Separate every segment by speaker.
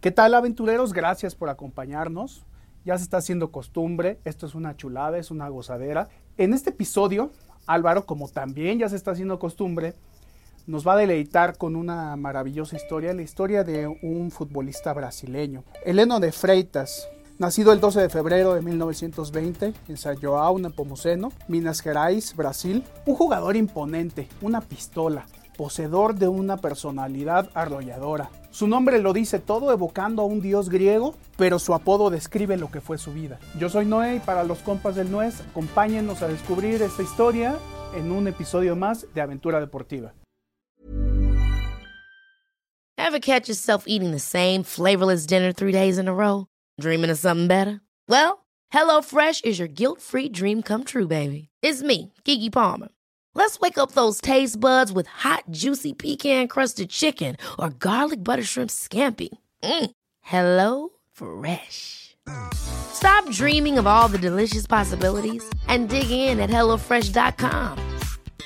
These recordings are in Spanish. Speaker 1: ¿Qué tal aventureros? Gracias por acompañarnos. Ya se está haciendo costumbre, esto es una chulada, es una gozadera. En este episodio, Álvaro, como también ya se está haciendo costumbre, nos va a deleitar con una maravillosa historia, la historia de un futbolista brasileño, Heleno de Freitas, Nacido el 12 de febrero de 1920 en Sayoá, Nepomuceno, Minas Gerais, Brasil, un jugador imponente, una pistola, poseedor de una personalidad arrolladora. Su nombre lo dice todo evocando a un dios griego, pero su apodo describe lo que fue su vida. Yo soy Noé y para los compas del Nuez, acompáñenos a descubrir esta historia en un episodio más de Aventura Deportiva.
Speaker 2: Ever catch yourself eating the same flavorless dinner three days in a row? Dreaming of something better? Well, HelloFresh is your guilt-free dream come true, baby. It's me, Kiki Palmer. Let's wake up those taste buds with hot, juicy pecan-crusted chicken or garlic butter shrimp scampi. Mm. Hello Fresh. Stop dreaming of all the delicious possibilities and dig in at HelloFresh.com.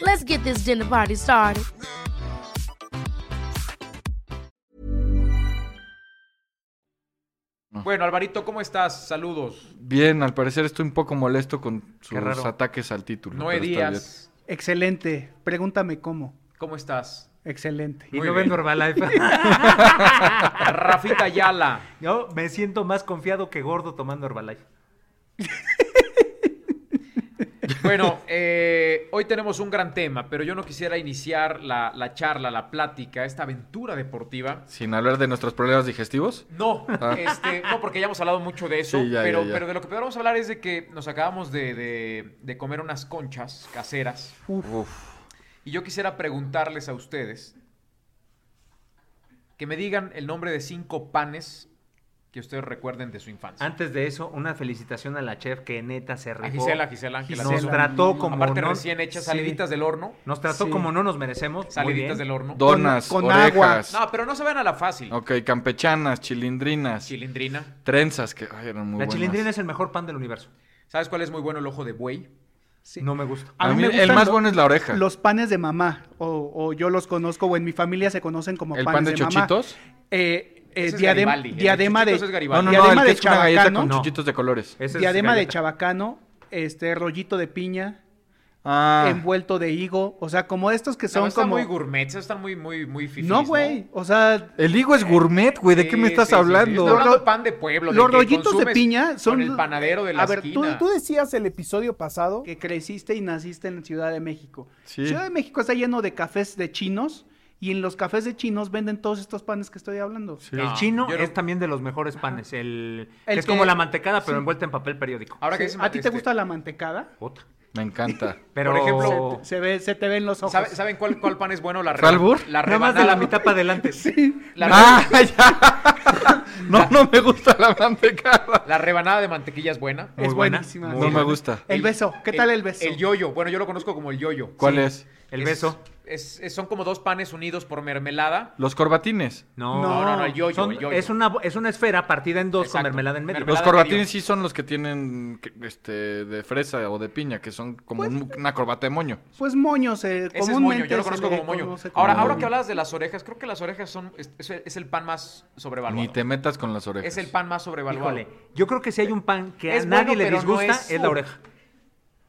Speaker 2: Let's get this dinner party started.
Speaker 3: Bueno, Alvarito, ¿cómo estás? Saludos.
Speaker 4: Bien, al parecer estoy un poco molesto con sus
Speaker 3: raro.
Speaker 4: ataques al título.
Speaker 3: Noé
Speaker 4: pero está
Speaker 3: Díaz,
Speaker 1: Excelente, pregúntame cómo.
Speaker 3: ¿cómo estás?
Speaker 1: Excelente.
Speaker 5: Y
Speaker 3: Muy
Speaker 5: no
Speaker 3: bien.
Speaker 5: vendo Herbalife.
Speaker 3: Rafita Ayala.
Speaker 5: Yo me siento más confiado que gordo tomando Herbalife.
Speaker 3: Bueno, eh, hoy tenemos un gran tema, pero yo no quisiera iniciar la, la charla, la plática, esta aventura deportiva.
Speaker 4: bien. Sin hablar de nuestros problemas digestivos.
Speaker 3: No, este, no, porque ya hemos hablado mucho de eso,
Speaker 4: Ah. Sí, ya,
Speaker 3: pero,
Speaker 4: ya, ya.
Speaker 3: pero de lo que podemos hablar es de que nos acabamos de, de- de comer unas conchas caseras.
Speaker 4: Uf.
Speaker 3: Y yo quisiera preguntarles a ustedes que me digan el nombre de cinco panes que ustedes recuerden de su infancia.
Speaker 5: Antes de eso, una felicitación a la chef que neta se rifó.
Speaker 3: A Gisela, Gisela Ángela.
Speaker 5: Nos
Speaker 3: Gisela.
Speaker 5: trató como
Speaker 3: Aparte
Speaker 5: no...
Speaker 3: recién hechas,
Speaker 5: sí.
Speaker 3: saliditas del horno.
Speaker 5: Nos trató
Speaker 1: Sí.
Speaker 5: como no nos merecemos. muy bien.
Speaker 3: Saliditas del horno.
Speaker 4: Donas,
Speaker 1: Con- con
Speaker 4: orejas.
Speaker 3: No, pero no se vean a la fácil.
Speaker 4: Ok, campechanas, chilindrinas,
Speaker 3: Chilindrina.
Speaker 4: trenzas, que ay, eran muy
Speaker 5: La
Speaker 4: buenas.
Speaker 5: chilindrina es el mejor pan del universo.
Speaker 3: ¿Sabes cuál es muy bueno el ojo de buey?
Speaker 5: No me gusta.
Speaker 4: A mí
Speaker 1: me
Speaker 4: el
Speaker 1: gustan
Speaker 4: más
Speaker 1: lo-
Speaker 4: bueno es la oreja.
Speaker 1: Los panes de mamá, o, o yo los conozco, o en mi familia se conocen como
Speaker 4: el
Speaker 1: panes
Speaker 4: pan de,
Speaker 1: mamá.
Speaker 4: chochitos.
Speaker 1: Eh, eh,
Speaker 3: Ese es
Speaker 1: diadem-
Speaker 3: Garibaldi, el de
Speaker 1: diadema de,
Speaker 3: Chuchitos es
Speaker 4: No,
Speaker 3: Garibaldi.
Speaker 4: no, no,
Speaker 1: diadema
Speaker 4: el
Speaker 1: de
Speaker 4: que es una galleta
Speaker 1: chabacano.
Speaker 4: con
Speaker 5: No.
Speaker 4: chuchitos de colores.
Speaker 5: Esa es
Speaker 1: diadema de
Speaker 5: galleta.
Speaker 1: chabacano, este rollito de piña,
Speaker 4: Ah,
Speaker 1: envuelto de higo, o sea, como estos que
Speaker 3: No,
Speaker 1: son
Speaker 3: están
Speaker 1: como
Speaker 3: muy gourmet, esos están muy, muy, muy fifís,
Speaker 1: No, güey, o sea,
Speaker 4: el higo es gourmet, güey. ¿De qué me
Speaker 3: Sí,
Speaker 4: estás
Speaker 3: sí, sí, sí.
Speaker 4: hablando?
Speaker 3: Estoy hablando
Speaker 1: Los-
Speaker 3: de pan de pueblo.
Speaker 1: los
Speaker 3: del que
Speaker 1: rollitos de
Speaker 3: consumes
Speaker 1: piña son
Speaker 3: Con el panadero de la
Speaker 1: A ver, tú,
Speaker 3: esquina.
Speaker 1: tú decías el episodio pasado que creciste y naciste en Ciudad de México.
Speaker 4: Sí.
Speaker 1: Ciudad de México está lleno de cafés de chinos y en los cafés de chinos venden todos estos panes que estoy hablando.
Speaker 4: Sí.
Speaker 3: No.
Speaker 5: El chino
Speaker 3: yo no-
Speaker 5: es también de los mejores panes. El...
Speaker 1: El
Speaker 5: es
Speaker 1: que-
Speaker 5: como la mantecada, pero
Speaker 1: sí.
Speaker 5: envuelta en papel periódico.
Speaker 3: Ahora que
Speaker 1: Sí,
Speaker 3: dices,
Speaker 1: ¿A ti te
Speaker 3: este,
Speaker 1: gusta la mantecada?
Speaker 5: Puta.
Speaker 4: Me encanta.
Speaker 5: Pero...
Speaker 3: ejemplo,
Speaker 1: Se, ve, se te ven los ojos.
Speaker 3: ¿sabe- ¿Saben cuál, cuál pan es bueno? La, re-
Speaker 4: ¿Albur?
Speaker 3: la
Speaker 5: Nada más
Speaker 3: rebanada.
Speaker 5: de la mitad para adelante.
Speaker 3: la,
Speaker 4: ah, ya. No, no me gusta la mantecada.
Speaker 3: la rebanada de mantequilla es buena.
Speaker 5: Muy
Speaker 1: es
Speaker 5: buena,
Speaker 1: buenísima.
Speaker 5: muy
Speaker 1: Sí.
Speaker 4: No me gusta.
Speaker 1: El beso, ¿qué tal el beso?
Speaker 3: El yoyo. Bueno, yo lo conozco como el yoyo.
Speaker 4: ¿Cuál
Speaker 3: Sí.
Speaker 4: es?
Speaker 5: El
Speaker 3: Es-
Speaker 5: beso.
Speaker 3: es- es- son como dos panes unidos por mermelada.
Speaker 4: Los corbatines.
Speaker 5: No.
Speaker 3: No, no, no, el yoyo.
Speaker 5: Son-
Speaker 3: el yoyo.
Speaker 5: es, una, bo- es una esfera partida en dos
Speaker 3: Exacto.
Speaker 5: con mermelada en medio.
Speaker 3: Mermelada.
Speaker 4: Los
Speaker 3: en medio.
Speaker 4: corbatines sí son los que tienen que- este, de fresa o de piña, que son
Speaker 3: Pues
Speaker 4: como un- una corbata de moño.
Speaker 1: Pues moño, se,
Speaker 3: Ese es moño,
Speaker 1: comúnmente
Speaker 3: yo lo
Speaker 1: se
Speaker 3: conozco
Speaker 1: le
Speaker 3: como moño.
Speaker 1: conoce como
Speaker 3: Ahora, ahora
Speaker 1: moño.
Speaker 3: que hablabas de las orejas, creo que las orejas son es, es- es el pan más sobrevaluado.
Speaker 4: Ni te metas con las orejas.
Speaker 3: Es el pan más sobrevaluado.
Speaker 5: Híjole, yo creo que si hay un pan que
Speaker 3: Es
Speaker 5: a
Speaker 3: bueno,
Speaker 5: nadie le
Speaker 3: pero no
Speaker 5: disgusta,
Speaker 3: es-
Speaker 5: es, la oreja.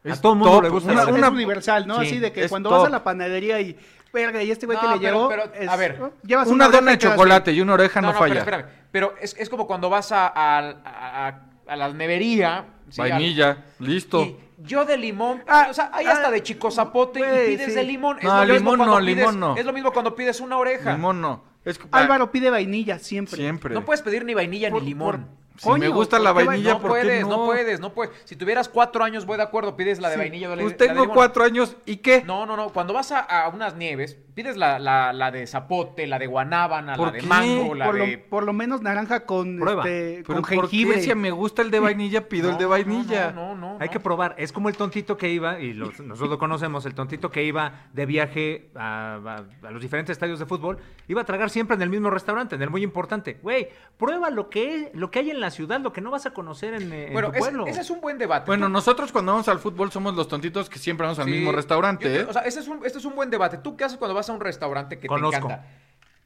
Speaker 4: Es
Speaker 5: a todo mundo
Speaker 4: top,
Speaker 5: le gusta
Speaker 4: una-
Speaker 5: la
Speaker 1: Es
Speaker 5: oreja.
Speaker 1: universal, ¿no?
Speaker 5: Sí,
Speaker 1: Así de que
Speaker 4: es
Speaker 1: cuando
Speaker 4: top.
Speaker 1: vas a la panadería y, verga, y este güey
Speaker 3: No,
Speaker 1: que le llegó.
Speaker 3: pero- pero, a ver,
Speaker 1: ¿no? llevas
Speaker 4: Una
Speaker 1: oreja
Speaker 4: dona de
Speaker 1: y quedas bien.
Speaker 4: chocolate y una oreja no,
Speaker 3: pero
Speaker 4: falla.
Speaker 3: espérame. Pero es, es como cuando vas a, a, a- a la nevería. sí, al-
Speaker 4: Vainilla, listo.
Speaker 3: y yo de limón,
Speaker 1: Ah,
Speaker 3: o sea, hay
Speaker 1: ah,
Speaker 3: hasta de chico zapote
Speaker 1: güey,
Speaker 3: y pides
Speaker 1: sí.
Speaker 3: de limón.
Speaker 4: No,
Speaker 3: es lo mismo
Speaker 4: limón
Speaker 3: cuando
Speaker 4: no,
Speaker 3: pides-
Speaker 4: limón no.
Speaker 3: Es lo mismo cuando pides una oreja.
Speaker 4: Limón no. Es que- ah,
Speaker 1: Álvaro pide vainilla siempre.
Speaker 4: Siempre.
Speaker 3: No puedes pedir ni vainilla ni limón.
Speaker 1: Por-
Speaker 4: Si
Speaker 1: Coño,
Speaker 4: me gusta la
Speaker 3: ¿Por qué
Speaker 4: vainilla,
Speaker 3: va- no
Speaker 4: ¿por qué
Speaker 3: puedes,
Speaker 4: no?
Speaker 3: no? puedes, no puedes. Si tuvieras cuatro años, voy de acuerdo, pides la de
Speaker 4: Sí.
Speaker 3: vainilla. o la-
Speaker 4: Pues
Speaker 3: la de
Speaker 4: tengo
Speaker 3: limón.
Speaker 4: cuatro años, ¿y qué?
Speaker 3: No, no, no. Cuando vas a, a unas nieves, pides la, la- la de zapote, la de guanábana, la
Speaker 4: ¿Por
Speaker 3: de
Speaker 4: qué?
Speaker 3: mango, la
Speaker 1: Por
Speaker 3: de.
Speaker 1: lo, por lo menos naranja con,
Speaker 5: Prueba.
Speaker 1: este,
Speaker 4: Pero
Speaker 1: con
Speaker 4: ¿por qué
Speaker 1: jengibre.
Speaker 4: si me gusta el de vainilla, pido el
Speaker 3: No,
Speaker 4: de
Speaker 3: no,
Speaker 4: vainilla?
Speaker 3: No, no, no.
Speaker 5: Hay
Speaker 3: no.
Speaker 5: que probar. Es como el tontito que iba, y los- nosotros lo conocemos, el tontito que iba de viaje a, a- a los diferentes estadios de fútbol, iba a tragar siempre en el mismo restaurante, en el muy importante. Güey, prueba lo que, es- lo que hay en la ciudad, lo que no vas a conocer en, eh, en
Speaker 3: Bueno,
Speaker 5: tu
Speaker 3: es-
Speaker 5: pueblo.
Speaker 3: ese es un buen debate.
Speaker 4: Bueno,
Speaker 3: Tú-
Speaker 4: nosotros cuando vamos al fútbol somos los tontitos que siempre vamos al
Speaker 3: Sí.
Speaker 4: mismo restaurante,
Speaker 3: Yo-
Speaker 4: ¿eh?
Speaker 3: O sea, este es, un, este es un buen debate. ¿Tú qué haces cuando vas a un restaurante que
Speaker 5: Conozco.
Speaker 3: te encanta?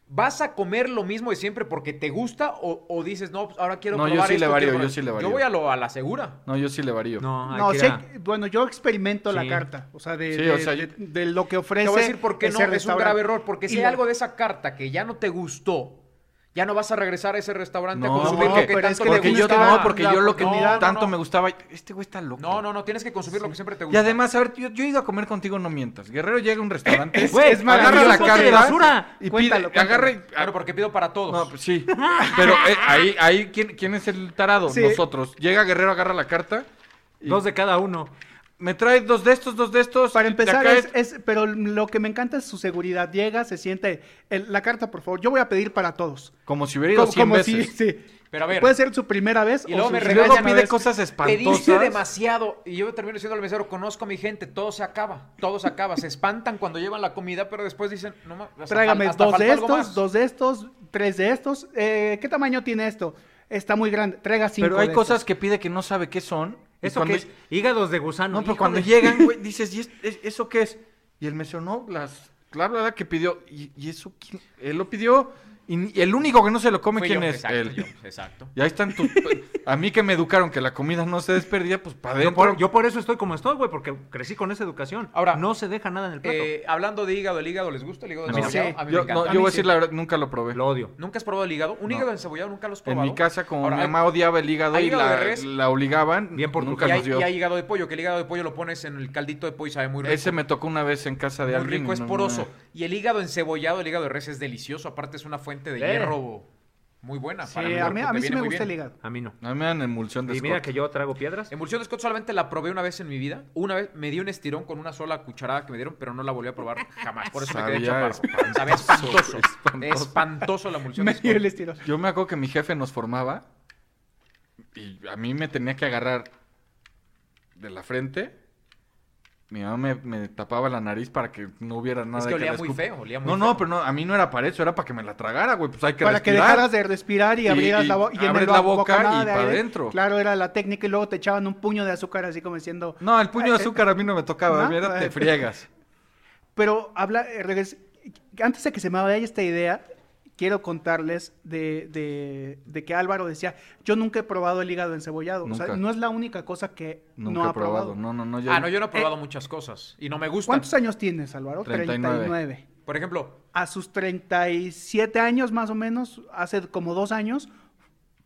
Speaker 3: ¿Vas a comer lo mismo de siempre porque te gusta o, o dices, no, pues, ahora quiero
Speaker 4: No, yo
Speaker 3: probar
Speaker 4: sí le
Speaker 3: esto,
Speaker 4: varío,
Speaker 3: quiero probar
Speaker 4: yo sí le
Speaker 3: esto"?
Speaker 4: varío.
Speaker 3: Yo voy a, lo, a la segura.
Speaker 4: No, yo sí le varío.
Speaker 5: No, hay
Speaker 1: No,
Speaker 5: que ir
Speaker 1: sé-
Speaker 5: a-
Speaker 1: bueno, yo experimento la
Speaker 5: Sí.
Speaker 1: carta, o sea, de,
Speaker 4: Sí,
Speaker 1: de-
Speaker 4: o sea, yo-
Speaker 1: de- de lo que ofrece.
Speaker 3: Te voy a decir por qué no,
Speaker 1: ese
Speaker 3: es un
Speaker 1: restaurante.
Speaker 3: grave error. Porque
Speaker 1: Y
Speaker 3: si hay
Speaker 1: lo-
Speaker 3: algo de esa carta que ya no te gustó, ya no vas a regresar a ese restaurante
Speaker 4: No,
Speaker 3: a consumir lo
Speaker 4: porque-
Speaker 3: que
Speaker 1: pero
Speaker 3: tanto
Speaker 1: es que
Speaker 3: te
Speaker 4: porque yo,
Speaker 3: gusta.
Speaker 4: no, porque
Speaker 1: la
Speaker 4: yo lo que
Speaker 1: oportunidad, no,
Speaker 4: tanto
Speaker 3: no.
Speaker 4: me gustaba... Este güey está loco.
Speaker 3: No, no, no, tienes que consumir lo que siempre te
Speaker 4: Y
Speaker 3: gusta.
Speaker 4: además, a ver, yo, yo he ido a comer contigo, no mientas. Guerrero llega a un restaurante,
Speaker 5: es- Güey, es
Speaker 4: agarra
Speaker 5: maravilloso,
Speaker 4: la
Speaker 5: bote de
Speaker 4: carta
Speaker 5: basura.
Speaker 1: Cuéntalo,
Speaker 4: y pide,
Speaker 1: cuéntalo.
Speaker 4: agarra y...
Speaker 3: Claro, porque pido para todos.
Speaker 4: No, pues sí. Pero eh, ahí, ahí ¿quién, quién es el tarado?
Speaker 1: Sí.
Speaker 4: Nosotros. Llega Guerrero, agarra la carta. y-
Speaker 5: dos de cada uno.
Speaker 4: Me trae dos de estos, dos de estos.
Speaker 1: Para
Speaker 4: y de
Speaker 1: empezar,
Speaker 4: acá
Speaker 1: es, es- pero lo que me encanta es su seguridad. Llega, se siente. el- la carta, por favor, yo voy a pedir para todos.
Speaker 4: Como si hubiera ido 100
Speaker 1: si.
Speaker 4: veces.
Speaker 1: sí.
Speaker 3: Pero a ver.
Speaker 4: pues,
Speaker 1: Puede ser su primera vez
Speaker 3: Y luego
Speaker 1: o su
Speaker 3: me pues,
Speaker 4: Y
Speaker 1: segunda
Speaker 4: luego
Speaker 3: regañan
Speaker 4: pide
Speaker 1: vez.
Speaker 4: cosas
Speaker 3: Pediste
Speaker 4: espantosas.
Speaker 3: demasiado y yo termino siendo el mesero, conozco a mi gente, todo se acaba, todo se acaba, se espantan cuando llevan la comida, pero después dicen, no ma- hasta
Speaker 1: Tráigame
Speaker 3: fal- hasta
Speaker 1: dos de
Speaker 3: faltó algo
Speaker 1: estos,
Speaker 3: más".
Speaker 1: dos de estos, tres de estos. Eh, ¿Qué tamaño tiene esto? Está muy grande. Traiga cinco.
Speaker 4: Pero hay
Speaker 1: de
Speaker 4: cosas
Speaker 1: estos.
Speaker 4: que pide que no sabe qué son. y
Speaker 5: ¿Eso
Speaker 4: cuando-
Speaker 5: qué es? Hígados de gusano.
Speaker 4: No, pero
Speaker 5: hijo
Speaker 4: cuando
Speaker 5: de-
Speaker 4: llegan, güey, dices, ¿y es- es- eso qué es? Y él mencionó las, la, la, la que pidió. ¿Y, y eso quién? Él lo pidió. Y, ni- el único que no se lo come,
Speaker 3: Fui
Speaker 4: ¿quién
Speaker 3: yo,
Speaker 4: es?
Speaker 3: exacto,
Speaker 4: él.
Speaker 3: yo, exacto.
Speaker 4: Y ahí están tus... A mí que me educaron que la comida no se desperdía, pues para
Speaker 5: Yo
Speaker 4: adentro.
Speaker 5: por, yo por eso estoy como estoy, güey, porque crecí con esa educación.
Speaker 3: Ahora-
Speaker 5: no se deja nada en el plato.
Speaker 3: Eh, hablando de hígado, ¿el hígado les gusta? ¿El hígado
Speaker 4: No.
Speaker 3: encebollado?
Speaker 1: Sí.
Speaker 3: Ah, A mí
Speaker 4: Yo-
Speaker 3: me encanta.
Speaker 4: no,
Speaker 1: A
Speaker 4: yo
Speaker 1: mí
Speaker 4: voy a
Speaker 1: sí.
Speaker 4: decir la verdad, nunca lo probé.
Speaker 5: Lo odio.
Speaker 3: ¿Nunca has probado el hígado? ¿Un
Speaker 4: No.
Speaker 3: hígado encebollado nunca los has
Speaker 4: En
Speaker 3: probado?
Speaker 4: mi casa, como
Speaker 3: Ahora,
Speaker 4: mi
Speaker 3: hay-
Speaker 4: mamá odiaba el hígado
Speaker 3: ¿Hay
Speaker 4: y
Speaker 3: hígado
Speaker 4: la,
Speaker 3: de res?
Speaker 4: la obligaban,
Speaker 5: Bien por tu
Speaker 4: nunca
Speaker 3: y hay,
Speaker 4: nos dio.
Speaker 3: y hay hígado de pollo, que el hígado de pollo lo pones en el caldito de pollo y sabe muy rico.
Speaker 4: Ese me tocó una vez en casa de
Speaker 3: muy
Speaker 4: alguien.
Speaker 3: rico,
Speaker 4: y
Speaker 3: es
Speaker 4: no
Speaker 3: poroso.
Speaker 4: me-
Speaker 3: Y el hígado encebollado, el hígado de res es delicioso, aparte es una fuente de
Speaker 5: Eh.
Speaker 3: hierro muy buena.
Speaker 1: Sí,
Speaker 3: para el
Speaker 1: a mí,
Speaker 3: cuerpo,
Speaker 1: a
Speaker 3: te
Speaker 1: mí sí
Speaker 3: viene
Speaker 1: me
Speaker 3: muy
Speaker 1: gusta el
Speaker 3: bien.
Speaker 1: hígado.
Speaker 5: A mí no.
Speaker 4: A mí me dan emulsión de
Speaker 5: Y mira
Speaker 4: Scott.
Speaker 5: que yo trago piedras.
Speaker 3: Emulsión de Scott solamente la probé una vez en mi vida. Una vez me di un estirón con una sola cucharada que me dieron, pero no la volví a probar jamás. Por eso me quedé
Speaker 4: Sabía
Speaker 3: chaparro. Sabía espantoso. Espantoso, la emulsión de
Speaker 1: Medio el
Speaker 3: Scott.
Speaker 1: estilo.
Speaker 4: Yo me acuerdo que mi jefe nos formaba y a mí me tenía que agarrar de la frente. Mi mamá me, me tapaba la nariz para que no hubiera nada
Speaker 3: que olía
Speaker 4: la
Speaker 3: muy
Speaker 4: escup-
Speaker 3: feo, olía muy
Speaker 4: No,
Speaker 3: feo.
Speaker 4: no, pero no, a mí no era para eso, era para que me la tragara, güey. Pues hay que
Speaker 1: para que
Speaker 4: respirar.
Speaker 1: dejaras de respirar y
Speaker 4: Y-
Speaker 1: abrieras
Speaker 4: y
Speaker 1: la, bo- y en
Speaker 4: abres
Speaker 1: el
Speaker 4: la
Speaker 1: bo-
Speaker 4: boca
Speaker 1: bocanada
Speaker 4: y
Speaker 1: de
Speaker 4: pa'
Speaker 1: aire,
Speaker 4: adentro.
Speaker 1: Claro, era la técnica y luego te echaban un puño de azúcar así como diciendo...
Speaker 4: No, el puño de azúcar a mí no me tocaba, a mí
Speaker 1: ¿no?
Speaker 4: era te friegas.
Speaker 1: Pero habla, eh, regres- antes de que se me vaya esta idea, quiero contarles de, de- de que Álvaro decía, yo nunca he probado el hígado encebollado. O sea,
Speaker 4: Nunca.
Speaker 1: no es la única cosa que
Speaker 4: Nunca
Speaker 1: no
Speaker 4: he
Speaker 1: ha
Speaker 4: probado.
Speaker 1: probado.
Speaker 4: No, no, no. yo-
Speaker 3: Ah, no, yo no he probado muchas cosas y no me gustan.
Speaker 1: ¿Cuántos años tienes, Álvaro?
Speaker 4: 39.
Speaker 3: Por ejemplo,
Speaker 1: A sus 37 años más o menos, hace como dos años,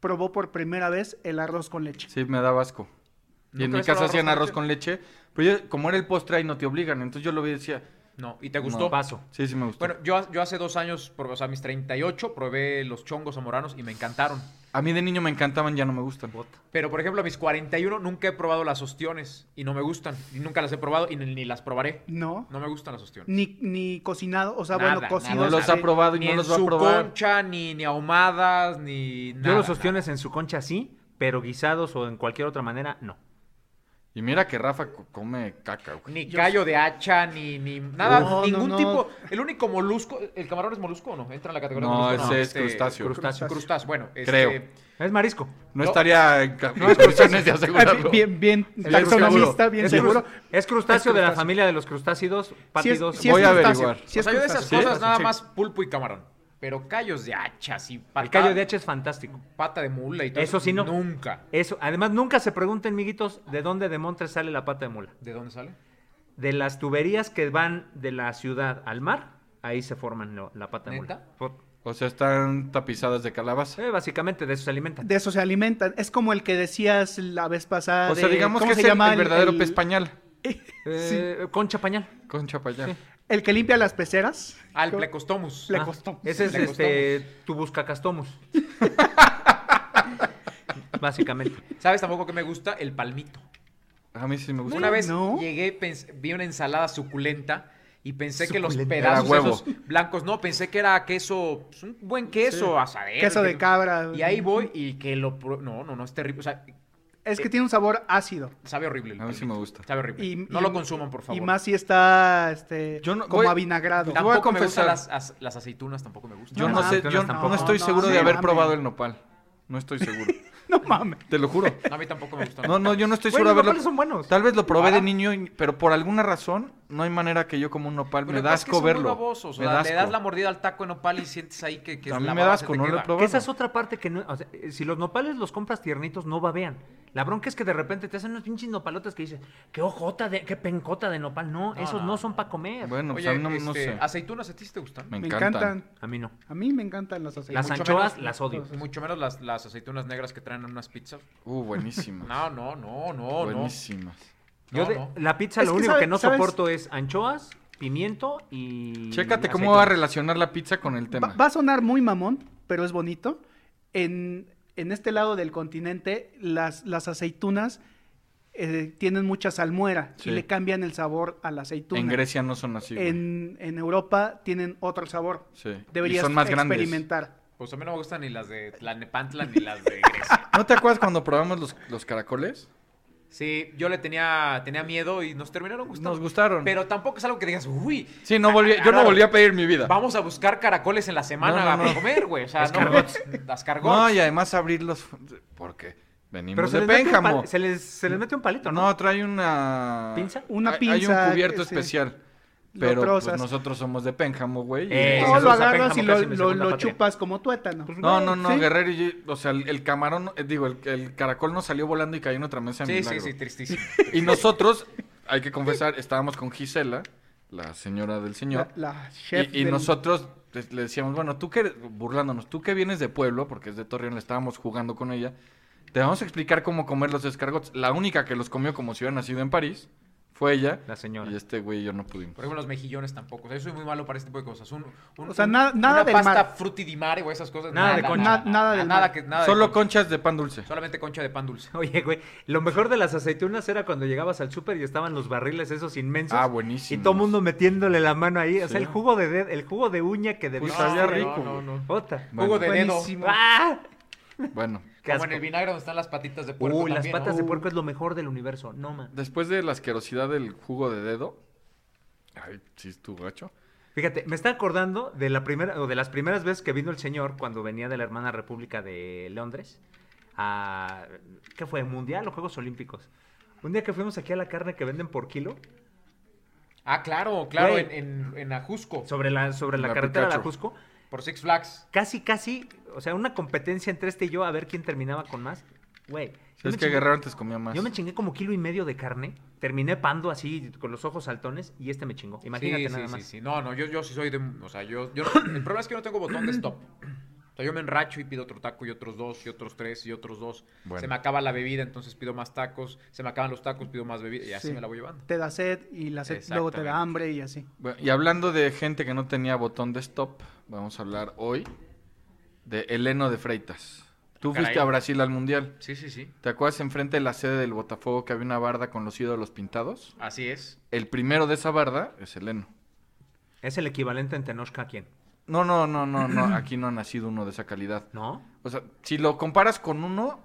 Speaker 1: probó por primera vez el arroz con leche.
Speaker 4: Sí, me daba asco. Y
Speaker 3: ¿Nunca
Speaker 4: en mi
Speaker 3: habías
Speaker 4: casa
Speaker 3: probado
Speaker 4: hacían
Speaker 3: arroz
Speaker 4: arroz
Speaker 3: con
Speaker 4: con leche. Pero yo, como era el postre, ahí no te obligan. Entonces yo lo vi y decía.
Speaker 3: no. ¿Y te gustó?
Speaker 4: no. Sí, sí me gustó.
Speaker 3: Bueno, yo, yo hace dos años, probé, o sea, mis 38, probé los chongos zamoranos y me encantaron.
Speaker 4: a mí de niño me encantaban, ya no me gustan.
Speaker 3: Pero, por ejemplo, a mis 41 nunca he probado las ostiones y no me gustan. Y nunca las he probado y ni, ni las probaré.
Speaker 1: No.
Speaker 3: No me gustan las ostiones.
Speaker 1: Ni, ni cocinado, o sea,
Speaker 3: Nada,
Speaker 1: bueno, cocido.
Speaker 4: No los ha probado y
Speaker 3: ni
Speaker 4: no
Speaker 3: en
Speaker 4: los va
Speaker 3: su
Speaker 4: a probar.
Speaker 3: concha, ni, ni ahumadas, ni nada.
Speaker 5: Yo los ostiones en su concha sí, pero guisados o en cualquier otra manera, no.
Speaker 4: Y mira que Rafa co- come caca,
Speaker 3: nada.
Speaker 4: güey.
Speaker 3: Ni callo de hacha, ni, ni nada,
Speaker 1: No,
Speaker 3: ningún
Speaker 1: no, no.
Speaker 3: tipo. El único molusco, ¿el camarón es molusco o no? ¿Entra en la categoría de
Speaker 4: No,
Speaker 3: molusco?
Speaker 4: ese es crustáceo.
Speaker 3: crustáceo.
Speaker 5: Crustáceo.
Speaker 3: Crustáceo, bueno.
Speaker 4: Creo.
Speaker 3: Este,
Speaker 5: Es marisco.
Speaker 3: No.
Speaker 4: No estaría en ca- en condiciones de
Speaker 1: Ah,
Speaker 4: asegurarlo.
Speaker 1: Bien, bien,
Speaker 4: seguro.
Speaker 1: taxonomista, bien
Speaker 5: es,
Speaker 1: seguro.
Speaker 5: crus- es crustáceo de la familia de los crustácidos, pátidos.
Speaker 1: Sí es
Speaker 4: Voy a
Speaker 1: crustáceo,
Speaker 4: averiguar.
Speaker 1: sí
Speaker 3: o
Speaker 1: es
Speaker 3: sea, yo de esas
Speaker 1: crustáceo.
Speaker 3: cosas
Speaker 1: Sí.
Speaker 3: nada
Speaker 1: Sí.
Speaker 3: más pulpo y camarón. Pero callos de hacha, y
Speaker 5: El callo de hacha es fantástico.
Speaker 3: Pata de mula y todo
Speaker 5: Eso sí no.
Speaker 3: Nunca.
Speaker 5: Eso, además, nunca se pregunten, miguitos, de dónde de Montres sale la pata de mula.
Speaker 3: ¿De dónde sale?
Speaker 5: De las tuberías que van de la ciudad al mar, ahí se forman lo- la pata de mula.
Speaker 3: ¿Neta?
Speaker 5: Por-
Speaker 4: O sea, están tapizadas de calabaza.
Speaker 5: eh, básicamente de eso se alimentan.
Speaker 1: De eso se alimentan. Es como el que decías la vez pasada.
Speaker 4: O sea,
Speaker 1: de-
Speaker 4: digamos
Speaker 1: ¿cómo
Speaker 4: que
Speaker 1: se
Speaker 4: es el,
Speaker 1: llama
Speaker 4: el verdadero pez pañal.
Speaker 5: Eh, Concha pañal.
Speaker 4: Concha pañal.
Speaker 1: El que limpia las peceras.
Speaker 3: Al
Speaker 1: Yo-
Speaker 3: plecostomus.
Speaker 1: Le
Speaker 5: Ah,
Speaker 1: costó.
Speaker 5: Ese es
Speaker 3: Le costó.
Speaker 5: este, tu buscacastomus. básicamente.
Speaker 3: ¿Sabes tampoco que me gusta? El palmito. Pues
Speaker 4: A mí sí me gusta.
Speaker 3: Una vez
Speaker 1: no.
Speaker 3: llegué, pens- vi una ensalada suculenta y pensé que los
Speaker 5: Suculenta.
Speaker 3: pedazos
Speaker 4: Era huevo.
Speaker 3: esos blancos, no, pensé que era queso, pues, un buen queso, asadero.
Speaker 1: Queso de
Speaker 3: que-
Speaker 1: cabra.
Speaker 3: Eh, Y ahí voy y que lo... pro- No, no, no, es terrible. O sea,
Speaker 1: Es que tiene un sabor ácido.
Speaker 3: sabe horrible. el
Speaker 4: A mí sí
Speaker 3: palmito.
Speaker 4: me gusta.
Speaker 3: Sabe horrible.
Speaker 1: Y,
Speaker 3: no
Speaker 1: y-
Speaker 3: lo consuman, por favor.
Speaker 1: Y más si está este,
Speaker 4: Yo no-
Speaker 1: como
Speaker 4: voy-
Speaker 1: avinagrado.
Speaker 4: Yo voy a
Speaker 3: Tampoco me gustan
Speaker 4: confesar.
Speaker 3: las, as- las aceitunas, tampoco me gustan.
Speaker 4: Yo
Speaker 5: No,
Speaker 4: no,
Speaker 1: no,
Speaker 4: sé,
Speaker 5: no,
Speaker 4: yo
Speaker 5: no,
Speaker 4: no estoy
Speaker 1: no,
Speaker 4: seguro
Speaker 1: sí,
Speaker 4: de haber
Speaker 1: mames.
Speaker 4: probado el nopal. No estoy seguro.
Speaker 1: No mames.
Speaker 4: Te lo juro.
Speaker 3: No, a mí tampoco me gustan.
Speaker 4: No, no, yo no estoy
Speaker 5: Güey,
Speaker 4: seguro de
Speaker 5: los
Speaker 4: haberlo.
Speaker 5: nopales son buenos.
Speaker 4: Tal vez lo probé
Speaker 3: Ah.
Speaker 4: de niño, y- pero por alguna razón no hay manera que yo como un nopal.
Speaker 3: Pero
Speaker 4: me da
Speaker 3: es que
Speaker 4: asco
Speaker 3: son muy
Speaker 4: verlo.
Speaker 3: babosos, o
Speaker 4: me
Speaker 3: sea,
Speaker 4: da
Speaker 3: le
Speaker 4: asco.
Speaker 3: das la mordida al taco en nopal y sientes ahí que, que
Speaker 4: A
Speaker 3: la
Speaker 4: mí me
Speaker 3: baba
Speaker 4: da
Speaker 3: se
Speaker 4: asco,
Speaker 3: te
Speaker 4: no lo he
Speaker 3: queda.
Speaker 4: probado.
Speaker 5: Que esa es otra parte que no. o sea, eh, si los nopales los compras tiernitos, no babean. La bronca es que de repente te hacen unos pinches nopalotes que dices, qué ojota, de, qué pencota de nopal. No, esos
Speaker 3: no,
Speaker 5: no, son para comer.
Speaker 4: Bueno, pues
Speaker 3: Oye,
Speaker 4: a mí no, no
Speaker 3: este,
Speaker 4: sé.
Speaker 3: aceitunas a ti sí te gustan.
Speaker 4: Me
Speaker 1: Me
Speaker 4: encantan.
Speaker 1: encantan.
Speaker 5: A mí no.
Speaker 1: A mí me encantan las aceitunas.
Speaker 5: Las
Speaker 3: Mucho
Speaker 5: anchoas
Speaker 3: menos-
Speaker 5: las odio.
Speaker 3: Mucho menos las, las aceitunas negras que traen en unas pizzas.
Speaker 4: Uh, buenísimas.
Speaker 3: No, no, no, no, no.
Speaker 4: buenísimas.
Speaker 5: Yo
Speaker 3: No,
Speaker 5: de-
Speaker 3: no.
Speaker 5: la pizza
Speaker 1: Es
Speaker 5: lo
Speaker 1: que
Speaker 5: único
Speaker 1: sabe-
Speaker 5: que no
Speaker 1: ¿sabes?
Speaker 5: soporto es anchoas, pimiento y.
Speaker 4: Chécate cómo
Speaker 5: aceitunas.
Speaker 4: va a relacionar la pizza con el tema.
Speaker 1: Va, va a sonar muy mamón, pero es bonito. En, en este lado del continente, las, las aceitunas eh, tienen mucha salmuera
Speaker 4: Sí.
Speaker 1: y le cambian el sabor a la aceituna.
Speaker 4: en Grecia no son así. güey.
Speaker 1: en, en Europa tienen otro sabor.
Speaker 4: Sí.
Speaker 1: Deberías
Speaker 4: y son más grandes.
Speaker 1: experimentar.
Speaker 3: Pues a mí no me gustan ni las de Tlalnepantla ni las de Grecia.
Speaker 4: ¿No te acuerdas cuando probamos los, los caracoles?
Speaker 3: Sí, yo le tenía, tenía miedo y nos terminaron gustando.
Speaker 4: Nos gustaron.
Speaker 3: Pero tampoco es algo que digas, uy,
Speaker 4: Sí, no volví, yo no
Speaker 3: Claro.
Speaker 4: volví a pedir mi vida.
Speaker 3: vamos a buscar caracoles en la semana
Speaker 4: No, no,
Speaker 3: para
Speaker 4: no.
Speaker 3: comer, güey. O sea, no, las cargots.
Speaker 4: No, y además abrirlos. Porque
Speaker 5: Pero
Speaker 4: venimos
Speaker 5: se
Speaker 4: de
Speaker 5: les, mete un
Speaker 4: Pénjamo.
Speaker 5: pal- se, les, se les mete un palito, ¿no?
Speaker 4: No, trae una.
Speaker 5: ¿Pinza?
Speaker 1: Una
Speaker 4: Hay- Hay
Speaker 1: pinza,
Speaker 4: un cubierto
Speaker 1: eh, sí.
Speaker 4: especial.
Speaker 1: Lo
Speaker 4: Pero pues,
Speaker 1: trozas.
Speaker 4: nosotros somos de Pénjamo, güey. y- pues,
Speaker 5: Eh,
Speaker 1: No,
Speaker 5: esa
Speaker 1: lo
Speaker 5: salsa
Speaker 1: agarras y
Speaker 5: Benjamin
Speaker 1: lo,
Speaker 5: Casi, mi
Speaker 1: lo-
Speaker 5: segunda
Speaker 1: lo
Speaker 5: patria.
Speaker 1: chupas como tuétano.
Speaker 4: No, no, no,
Speaker 1: Sí.
Speaker 4: Guerrero y yo- o sea, el, el camarón, eh, digo, el, el caracol nos salió volando y cayó en otra mesa. de
Speaker 3: sí, sí,
Speaker 4: milagro.
Speaker 3: sí, tristísimo.
Speaker 4: Y nosotros, hay que confesar, estábamos con Gisela, la señora del señor.
Speaker 1: La, la chef
Speaker 4: Y, y
Speaker 1: del-
Speaker 4: nosotros le le decíamos, bueno, tú que, eres- burlándonos, tú que vienes de pueblo, porque es de Torreón, le estábamos jugando con ella, te vamos a explicar cómo comer los escargots. La única que los comió como si hubiera nacido en París fue ella.
Speaker 5: La señora. Pues,
Speaker 4: Y este güey y yo no pudimos.
Speaker 3: Por ejemplo, los mejillones tampoco. O sea, yo soy muy malo para este tipo de cosas. Un, un-
Speaker 1: O sea,
Speaker 3: un-
Speaker 1: nada- nada
Speaker 3: una
Speaker 1: del
Speaker 3: pasta
Speaker 1: mar.
Speaker 3: frutti di mare o esas cosas.
Speaker 5: Nada de concha.
Speaker 1: Na- nada del
Speaker 3: nada
Speaker 1: mar.
Speaker 3: que nada de
Speaker 4: Solo
Speaker 3: concha.
Speaker 4: conchas de pan dulce.
Speaker 3: solamente concha de pan dulce.
Speaker 5: Oye, güey, lo mejor de las aceitunas era cuando llegabas al súper y estaban los barriles esos inmensos.
Speaker 4: Ah, buenísimos.
Speaker 5: Y todo mundo metiéndole la mano ahí. O sea,
Speaker 4: Sí.
Speaker 5: el jugo de dedo- el jugo de uña que debía
Speaker 4: Pues sabía
Speaker 3: no,
Speaker 4: rico,
Speaker 3: No,
Speaker 4: güey.
Speaker 3: no,
Speaker 5: Jota.
Speaker 4: Bueno.
Speaker 3: Jugo de dedo.
Speaker 1: Buenísimo.
Speaker 5: ¡Ah!
Speaker 4: Bueno,
Speaker 5: Qué
Speaker 3: Como en
Speaker 5: asco.
Speaker 3: el vinagre donde están las patitas de puerco
Speaker 5: Uy, las
Speaker 3: también, Uh. ¿no?
Speaker 5: patas de puerco es lo mejor del universo. No, man.
Speaker 4: después de la asquerosidad del jugo de dedo. Ay, sí, estuvo gacho.
Speaker 5: Fíjate, me está acordando de la primera o de las primeras veces que vino el señor cuando venía de la hermana República de Londres a ¿qué fue? Mundial o Juegos Olímpicos. Un día que fuimos aquí a la carne que venden por kilo
Speaker 3: Ah, claro, claro,
Speaker 5: Güey.
Speaker 3: en, en, en Ajusco,
Speaker 5: sobre la sobre la,
Speaker 4: La
Speaker 5: carretera de
Speaker 4: Pikachu.
Speaker 5: Ajusco,
Speaker 3: por Six Flags.
Speaker 5: casi casi, o sea, una competencia entre este y yo a ver quién terminaba con más. Güey, yo
Speaker 4: Es
Speaker 5: me
Speaker 4: que
Speaker 5: chingué-
Speaker 4: Guerrero antes comía más.
Speaker 5: Yo me chingué como kilo y medio de carne, terminé pando así con los ojos saltones y este me chingó. Imagínate
Speaker 3: sí,
Speaker 5: nada
Speaker 3: sí,
Speaker 5: más.
Speaker 3: sí, sí. No, no, yo, yo sí soy de... O sea, yo... yo no- el problema es que yo no tengo botón de stop. O sea, yo me enracho y pido otro taco y otros dos y otros tres y otros dos.
Speaker 4: Bueno.
Speaker 3: Se me acaba la bebida, entonces pido más tacos. Se me acaban los tacos, pido más bebida. Y así
Speaker 1: Sí.
Speaker 3: me la voy llevando.
Speaker 1: Te da sed y la sed luego te da
Speaker 3: Exactamente.
Speaker 1: hambre y así.
Speaker 4: Bueno, y hablando de gente que no tenía botón de stop, vamos a hablar hoy de Eleno de Freitas.
Speaker 5: Ah,
Speaker 4: Tú
Speaker 3: Caray.
Speaker 4: fuiste a Brasil al Mundial.
Speaker 3: Sí, sí, sí.
Speaker 4: ¿Te acuerdas enfrente de la sede del Botafogo que había una barda con los ídolos pintados?
Speaker 3: Así es.
Speaker 4: El primero de esa barda es Eleno.
Speaker 5: Es el equivalente en Tenochca a quién?
Speaker 4: No, no, no, no, no. Aquí no ha nacido uno de esa calidad.
Speaker 5: ¿No?
Speaker 4: O sea, si lo comparas con uno.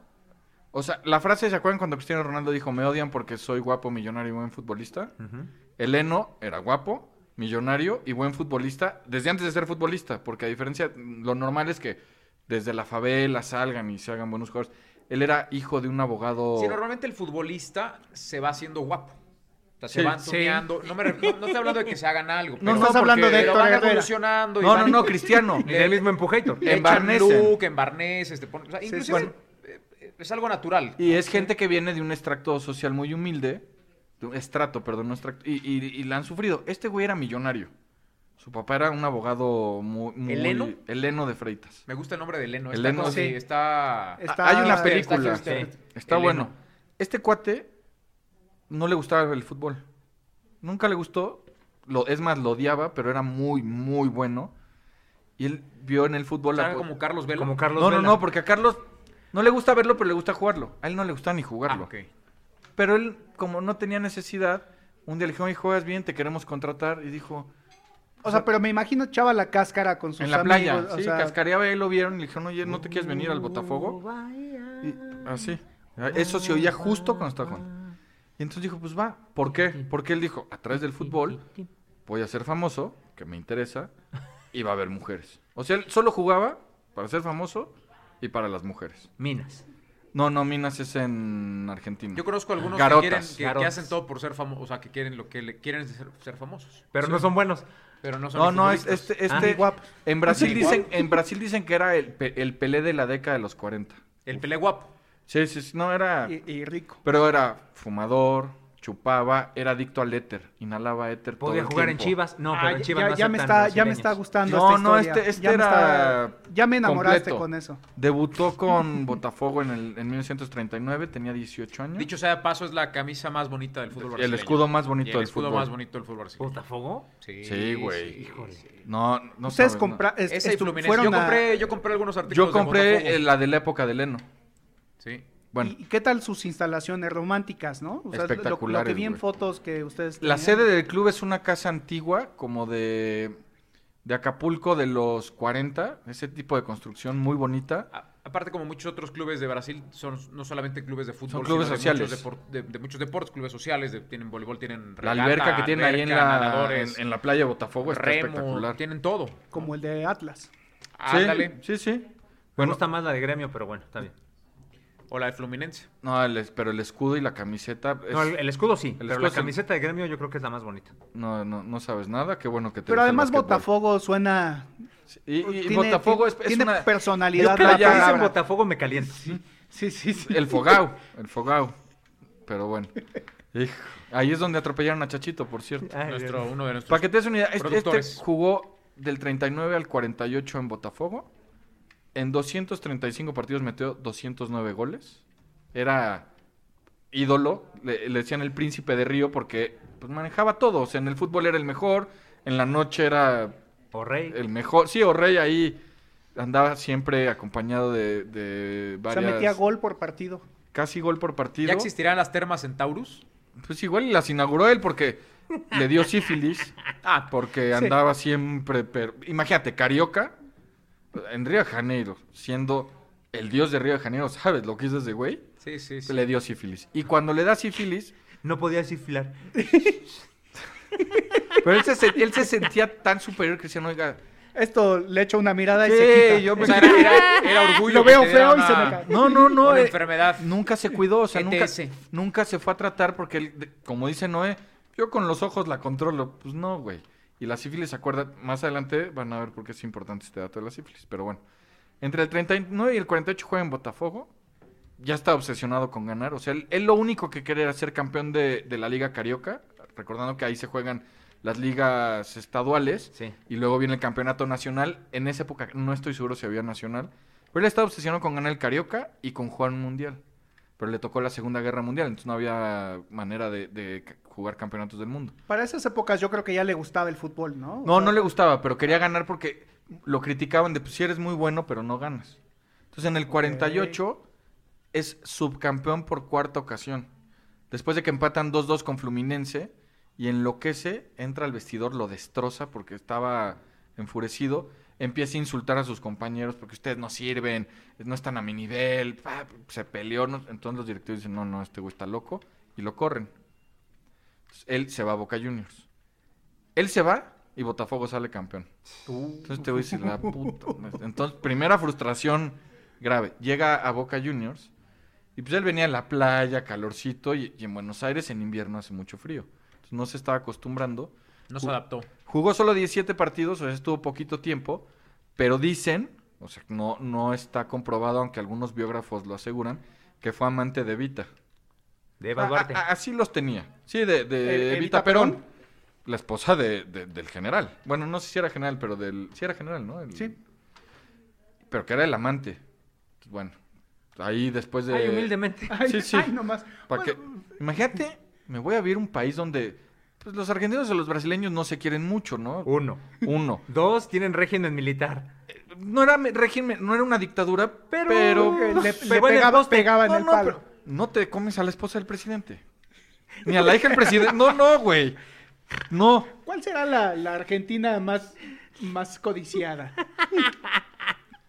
Speaker 4: O sea, la frase, ¿se acuerdan cuando Cristiano Ronaldo dijo: Me odian porque soy guapo, millonario y buen futbolista?
Speaker 5: Ujú.
Speaker 4: Eleno era guapo, millonario y buen futbolista desde antes de ser futbolista, porque a diferencia, lo normal es que desde la favela salgan y se hagan buenos jugadores. Él era hijo de un abogado.
Speaker 3: Sí, normalmente el futbolista se va haciendo guapo. O sea, se
Speaker 4: Sí,
Speaker 3: van
Speaker 4: sí.
Speaker 3: tuneando. No, me re- no, no estoy hablando de que se hagan algo.
Speaker 4: No,
Speaker 3: pero-
Speaker 4: no,
Speaker 1: Estás hablando
Speaker 4: porque-
Speaker 1: de
Speaker 3: pero
Speaker 1: Héctor
Speaker 3: van
Speaker 1: Herrera.
Speaker 3: evolucionando. y
Speaker 4: No, no,
Speaker 3: van-
Speaker 4: no, Cristiano.
Speaker 5: Ni del mismo Empujator.
Speaker 3: Eh, Le
Speaker 4: En
Speaker 3: echan
Speaker 4: Barnesen.
Speaker 3: look, en Barneses, te ponen- o sea,
Speaker 1: Sí,
Speaker 3: inclusive
Speaker 1: bueno.
Speaker 3: eh, eh, es algo natural.
Speaker 4: Y es gente que viene de un extracto social muy humilde, de un estrato, perdón, no extracto, y, y- y la han sufrido. Este güey era millonario. Su papá era un abogado muy. muy-
Speaker 3: ¿Eleno?
Speaker 4: Eleno de Freitas.
Speaker 3: Me gusta el nombre de Leno. Está
Speaker 4: Eleno,
Speaker 3: como
Speaker 4: sí.
Speaker 3: si está... este,
Speaker 1: Es-
Speaker 4: Ah, Hay una
Speaker 1: Está-
Speaker 4: película.
Speaker 3: está
Speaker 4: Está,
Speaker 3: Houston.
Speaker 4: Está
Speaker 3: Eleno.
Speaker 4: bueno. Este cuate no le gustaba el fútbol. Nunca le gustó. Lo, es más, lo odiaba, pero era muy, muy bueno. Y él vio en el fútbol. la
Speaker 3: está
Speaker 4: po-
Speaker 3: como Carlos Vela.
Speaker 5: Como Carlos
Speaker 4: no, no,
Speaker 5: Vela.
Speaker 4: no, porque a Carlos No le gusta verlo, pero le gusta jugarlo. A él no le gusta ni
Speaker 3: Ah,
Speaker 4: jugarlo.
Speaker 3: ok.
Speaker 4: Pero él, como no tenía necesidad, un día le dijeron, "Oye, juegas bien, te queremos contratar. Y dijo,
Speaker 6: O sea, pero me imagino Chava la cáscara con sus
Speaker 4: en la
Speaker 6: amigos,
Speaker 4: playa.
Speaker 6: o
Speaker 4: sí,
Speaker 6: sea,
Speaker 4: cascareaba y ahí lo vieron y le dijeron, oye, ¿no te quieres venir al Botafogo? Y
Speaker 5: ah,
Speaker 4: así. Eso se oía justo cuando estaba jugando. Y entonces dijo, pues va. ¿Por qué? Porque él dijo, a través del fútbol voy a ser famoso, que me interesa, y va a haber mujeres. O sea, él solo jugaba para ser famoso y para las mujeres.
Speaker 5: Minas.
Speaker 4: No, no, Minas es en Argentina.
Speaker 3: Yo conozco algunos
Speaker 4: Garotas.
Speaker 3: que quieren, que- que,
Speaker 5: Garotas.
Speaker 3: hacen todo por ser famosos, o sea, que quieren lo que le- quieren ser, ser famosos,
Speaker 5: Pero no son buenos.
Speaker 3: pero no son
Speaker 4: No,
Speaker 3: los
Speaker 4: no, es,
Speaker 3: futbolistas.
Speaker 4: este, este
Speaker 6: guapo.
Speaker 4: en Brasil dicen, en Brasil dicen que era el, pe- el Pelé de la década de los 40.
Speaker 3: el Pelé guapo.
Speaker 4: Sí, sí, sí, no era,
Speaker 6: y, y rico.
Speaker 4: pero era fumador, chupaba, era adicto al éter, inhalaba éter todo
Speaker 5: Podía
Speaker 4: el
Speaker 5: jugar en
Speaker 4: tiempo.
Speaker 5: Chivas. No,
Speaker 6: Ah,
Speaker 5: pero en
Speaker 6: ya-
Speaker 5: Chivas
Speaker 6: ya,
Speaker 5: no
Speaker 6: ya me está,
Speaker 5: aceptan
Speaker 6: ya me
Speaker 5: brasileños.
Speaker 6: está gustando
Speaker 4: No,
Speaker 6: esta
Speaker 4: no,
Speaker 6: historia.
Speaker 4: este, este
Speaker 6: ya me
Speaker 4: era
Speaker 6: está- ya me enamoraste
Speaker 4: completo.
Speaker 6: con eso.
Speaker 4: Debutó con Botafogo en, el, en 1939, tenía 18 años.
Speaker 3: Dicho sea de paso, es la camisa más bonita del fútbol
Speaker 4: El
Speaker 3: brasileño.
Speaker 4: escudo más
Speaker 3: Y
Speaker 4: bonito
Speaker 3: El
Speaker 4: del
Speaker 3: escudo
Speaker 4: fútbol.
Speaker 3: más bonito del fútbol brasileño.
Speaker 5: ¿Botafogo?
Speaker 4: Sí, güey.
Speaker 3: Híjole.
Speaker 4: no, no
Speaker 6: Ustedes
Speaker 4: sabes, no.
Speaker 6: compra- es-
Speaker 3: Esa y
Speaker 6: estu-
Speaker 3: Fluminense.
Speaker 6: fueron
Speaker 3: Yo
Speaker 6: a-
Speaker 3: compré, yo compré algunos artículos
Speaker 4: Yo
Speaker 3: de
Speaker 4: compré
Speaker 3: Botafogo.
Speaker 4: eh, la de la época de Leno.
Speaker 3: Sí.
Speaker 4: Bueno,
Speaker 6: ¿Y qué tal sus instalaciones románticas, no? O lo- lo, que
Speaker 4: Espectaculares,
Speaker 6: vi en
Speaker 4: güey.
Speaker 6: fotos que ustedes
Speaker 4: La
Speaker 6: tenían.
Speaker 4: sede del club es una casa antigua, como de, de Acapulco de los 40, ese tipo de construcción muy bonita.
Speaker 3: A- Aparte, como muchos otros clubes de Brasil, son no solamente clubes de fútbol,
Speaker 4: Son clubes
Speaker 3: sino de
Speaker 4: sociales.
Speaker 3: muchos depor- De, de muchos deportes, clubes sociales, de- tienen voleibol, tienen
Speaker 4: La
Speaker 3: regata,
Speaker 4: alberca que tienen ahí en
Speaker 3: alberca,
Speaker 4: la, en,
Speaker 3: nadadores,
Speaker 4: en la playa de Botafogo está
Speaker 3: remo,
Speaker 4: espectacular.
Speaker 3: tienen todo.
Speaker 6: Como el de Atlas.
Speaker 4: Sí,
Speaker 3: Ándale.
Speaker 4: Sí, sí.
Speaker 5: Me
Speaker 4: Bueno,
Speaker 5: gusta más la de gremio, pero bueno, está bien.
Speaker 3: O la de Fluminense.
Speaker 4: no, el es- pero el escudo y la camiseta. es-
Speaker 5: No, el, el escudo sí, pero
Speaker 4: escudo
Speaker 5: la
Speaker 4: sí.
Speaker 5: camiseta de gremio yo creo que es la más bonita.
Speaker 4: no, no, no sabes nada, qué bueno que te
Speaker 6: Pero
Speaker 4: gusta el
Speaker 6: además
Speaker 4: básquetbol.
Speaker 6: Botafogo suena...
Speaker 4: Sí, Y, y
Speaker 6: tiene-
Speaker 4: Botafogo es, es
Speaker 6: tiene
Speaker 4: una-
Speaker 6: personalidad.
Speaker 4: Yo creo
Speaker 6: la
Speaker 4: que ya dicen
Speaker 6: palabra.
Speaker 5: Botafogo me caliento.
Speaker 6: Sí, sí, sí.
Speaker 4: El Fogao, el Fogao. Pero bueno. Hijo, Ahí es donde atropellaron a Chachito, por cierto.
Speaker 5: Ay,
Speaker 3: Nuestro, uno de nuestros.
Speaker 4: Para que te des una idea, este, este
Speaker 3: Productores.
Speaker 4: jugó del 39 al 48 en Botafogo. En 235 partidos metió 209 goles. Era ídolo, le, le decían el príncipe de Río porque pues, manejaba todo. O sea, en el fútbol era el mejor, en la noche era
Speaker 5: O rey.
Speaker 4: el mejor. Sí, Orrey ahí andaba siempre acompañado de, de
Speaker 6: O sea,
Speaker 4: varias...
Speaker 6: metía gol por partido.
Speaker 4: Casi gol por partido.
Speaker 3: ¿Ya existirán las termas en Taurus?
Speaker 4: Pues igual las inauguró él porque le dio sífilis.
Speaker 3: Ah,
Speaker 4: Porque andaba siempre. pero- Imagínate, Carioca, en Río de Janeiro, siendo el dios de Río de Janeiro, ¿sabes lo que es ese güey?
Speaker 3: sí, sí, sí.
Speaker 4: Le dio sífilis. Y cuando le da sífilis,
Speaker 5: No podía ciflar.
Speaker 4: pero él se, sen- él se sentía tan superior que decían, oiga,
Speaker 6: Esto le echo una mirada y se
Speaker 4: sí,
Speaker 6: quita.
Speaker 4: yo me.
Speaker 3: O sea, era, era- era orgullo.
Speaker 6: Lo
Speaker 3: que
Speaker 6: veo
Speaker 3: te diera
Speaker 6: feo y se
Speaker 3: una-
Speaker 6: me cae.
Speaker 4: No, no, no.
Speaker 3: Una
Speaker 4: eh,
Speaker 3: enfermedad.
Speaker 4: Nunca se cuidó, o sea, nunca,
Speaker 3: ETS.
Speaker 4: nunca se fue a tratar porque, él, de- como dice Noé, yo con los ojos la controlo. Pues no, güey. Y la sífilis, acuerda, más adelante van a ver por qué es importante este dato de la sífilis. Pero bueno, entre el 39 y el 48 juega en Botafogo. Ya está obsesionado con ganar. O sea, él, él lo único que quería era ser campeón de, de la Liga Carioca. Recordando que ahí se juegan las ligas estaduales.
Speaker 5: Sí.
Speaker 4: Y luego viene el campeonato nacional. En esa época no estoy seguro si había nacional. Pero él estaba obsesionado con ganar el Carioca y con jugar un mundial. Pero le tocó la Segunda Guerra Mundial, entonces no había manera de, de c- jugar campeonatos del mundo.
Speaker 6: Para esas épocas yo creo que ya le gustaba el fútbol, ¿no? O
Speaker 4: No,
Speaker 6: sea,
Speaker 4: no le gustaba, pero quería ganar porque lo criticaban de, pues si eres muy bueno, pero no ganas. Entonces en el 48 es subcampeón por cuarta ocasión. Después de que empatan 2-2 con Fluminense y enloquece, entra al vestidor, lo destroza porque estaba enfurecido. Empieza a insultar a sus compañeros porque ustedes no sirven, no están a mi nivel, pa, se peleó. no- Entonces los directivos dicen, no, no, este güey está loco y lo corren. Entonces, él se va a Boca Juniors. Él se va y Botafogo sale campeón. Entonces te voy a decir, la puta. madre. Entonces, primera frustración grave. Llega a Boca Juniors y pues él venía a la playa, calorcito, y, y en Buenos Aires en invierno hace mucho frío. Entonces no se estaba acostumbrando.
Speaker 3: No se adaptó.
Speaker 4: Jugó solo 17 partidos, o sea, estuvo poquito tiempo, pero dicen, o sea, no, no está comprobado, aunque algunos biógrafos lo aseguran, que fue amante de Evita.
Speaker 5: De Eva
Speaker 4: A-
Speaker 5: Duarte.
Speaker 4: a- así los tenía. Sí, de, de
Speaker 6: ¿E-
Speaker 4: Evita,
Speaker 6: Evita
Speaker 4: Perón,
Speaker 6: Perón?
Speaker 4: la esposa de, de- del general. Bueno, no sé si era general, pero del... Sí era general, ¿no? El-
Speaker 6: Sí.
Speaker 4: Pero que era el amante. Entonces, Bueno, ahí después de...
Speaker 5: Ay, humildemente.
Speaker 6: Ay,
Speaker 4: Sí, sí.
Speaker 6: ay, nomás.
Speaker 4: Pa' que-
Speaker 6: Bueno,
Speaker 4: Imagínate, me voy a vivir a un país donde pues, los argentinos y los brasileños no se quieren mucho, ¿no?
Speaker 5: Uno.
Speaker 4: Uno.
Speaker 5: Dos, tienen régimen militar.
Speaker 4: no era me- régimen, no era una dictadura, pero.
Speaker 1: Le- le
Speaker 4: pegó en el
Speaker 1: pegaba-
Speaker 4: poste.
Speaker 1: pegaba en
Speaker 4: No,
Speaker 1: el
Speaker 4: no,
Speaker 1: palo.
Speaker 4: pero no te comes a la esposa del presidente. Ni a la hija del presidente. No, no, güey. No.
Speaker 6: ¿Cuál será la, la Argentina más, más codiciada?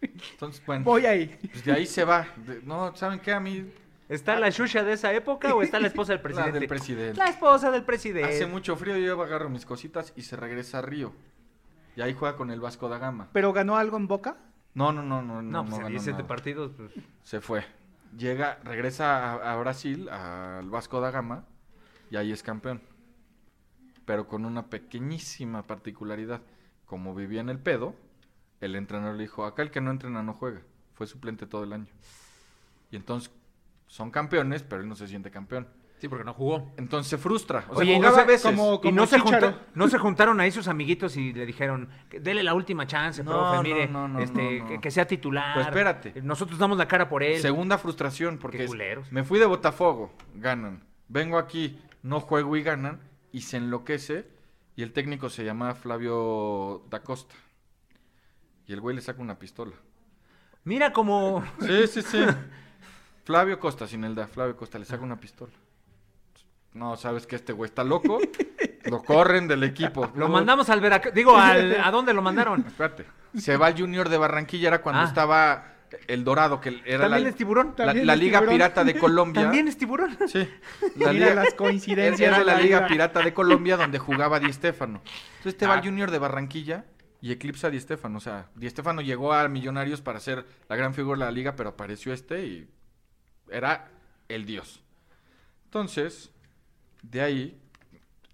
Speaker 4: Entonces, bueno.
Speaker 6: Voy ahí.
Speaker 4: Pues de ahí se va. De- no, ¿saben qué? A mí
Speaker 5: ¿Está la Shusha de esa época o está la esposa del presidente?
Speaker 4: del presidente.
Speaker 5: La esposa del presidente.
Speaker 4: hace mucho frío, yo agarro mis cositas y se regresa a Río. Y ahí juega con el Vasco da Gama.
Speaker 6: ¿Pero ganó algo en Boca?
Speaker 4: No, no, no, no.
Speaker 5: No,
Speaker 4: No,
Speaker 5: pues
Speaker 4: ganó
Speaker 5: 17
Speaker 4: nada.
Speaker 5: partidos. pues,
Speaker 4: Se fue. Llega, regresa a, a Brasil, al Vasco da Gama, y ahí es campeón. Pero con una pequeñísima particularidad. Como vivía en el pedo, el entrenador le dijo, acá el que no entrena no juega. Fue suplente todo el año. Y entonces son campeones, pero él no se siente campeón.
Speaker 3: Sí, porque no jugó.
Speaker 4: Entonces se frustra. O sea,
Speaker 5: Oye, y no
Speaker 4: jugaba
Speaker 5: se-
Speaker 4: a veces.
Speaker 6: como-
Speaker 5: y no se,
Speaker 6: Chícharo.
Speaker 5: junta- no se juntaron ahí sus amiguitos y le dijeron, "Que dele la última chance,
Speaker 4: No,
Speaker 5: profe,
Speaker 4: no,
Speaker 5: mire,
Speaker 4: no, no,
Speaker 5: este,
Speaker 4: no, no.
Speaker 5: Que, que sea titular.
Speaker 4: Pues espérate.
Speaker 5: Nosotros damos la cara por él.
Speaker 4: Segunda frustración, porque
Speaker 5: Qué
Speaker 4: es,
Speaker 5: culeros.
Speaker 4: me fui de Botafogo, ganan. Vengo aquí, no juego y ganan, y se enloquece. Y el técnico se llama Flavio Da Costa. Y el güey le saca una pistola.
Speaker 5: Mira como...
Speaker 4: Sí, sí, sí. Flavio Costa, sin el da, Flavio Costa le saca una pistola. No, sabes que este güey está loco. Lo corren del equipo.
Speaker 5: Lo mandamos al Veracruz. Digo, al- ¿a dónde lo mandaron?
Speaker 4: Espérate. Se va al Junior de Barranquilla, era cuando
Speaker 5: Ah.
Speaker 4: estaba el Dorado, que era
Speaker 5: También
Speaker 4: la,
Speaker 5: es tiburón.
Speaker 4: la-
Speaker 6: también
Speaker 4: la
Speaker 6: es
Speaker 4: Liga
Speaker 6: tiburón.
Speaker 4: Pirata de Colombia.
Speaker 5: También es tiburón.
Speaker 4: Sí.
Speaker 6: Mira
Speaker 4: La liga,
Speaker 6: las
Speaker 4: era
Speaker 6: coincidencias.
Speaker 4: era la Liga
Speaker 6: vida.
Speaker 4: Pirata de Colombia donde jugaba Di Stéfano. Entonces te va
Speaker 5: Ah.
Speaker 4: al Junior de Barranquilla y eclipsa a Di Stéfano. O sea, Di Stéfano llegó a Millonarios para ser la gran figura de la liga, pero apareció este y era el dios. Entonces, de ahí,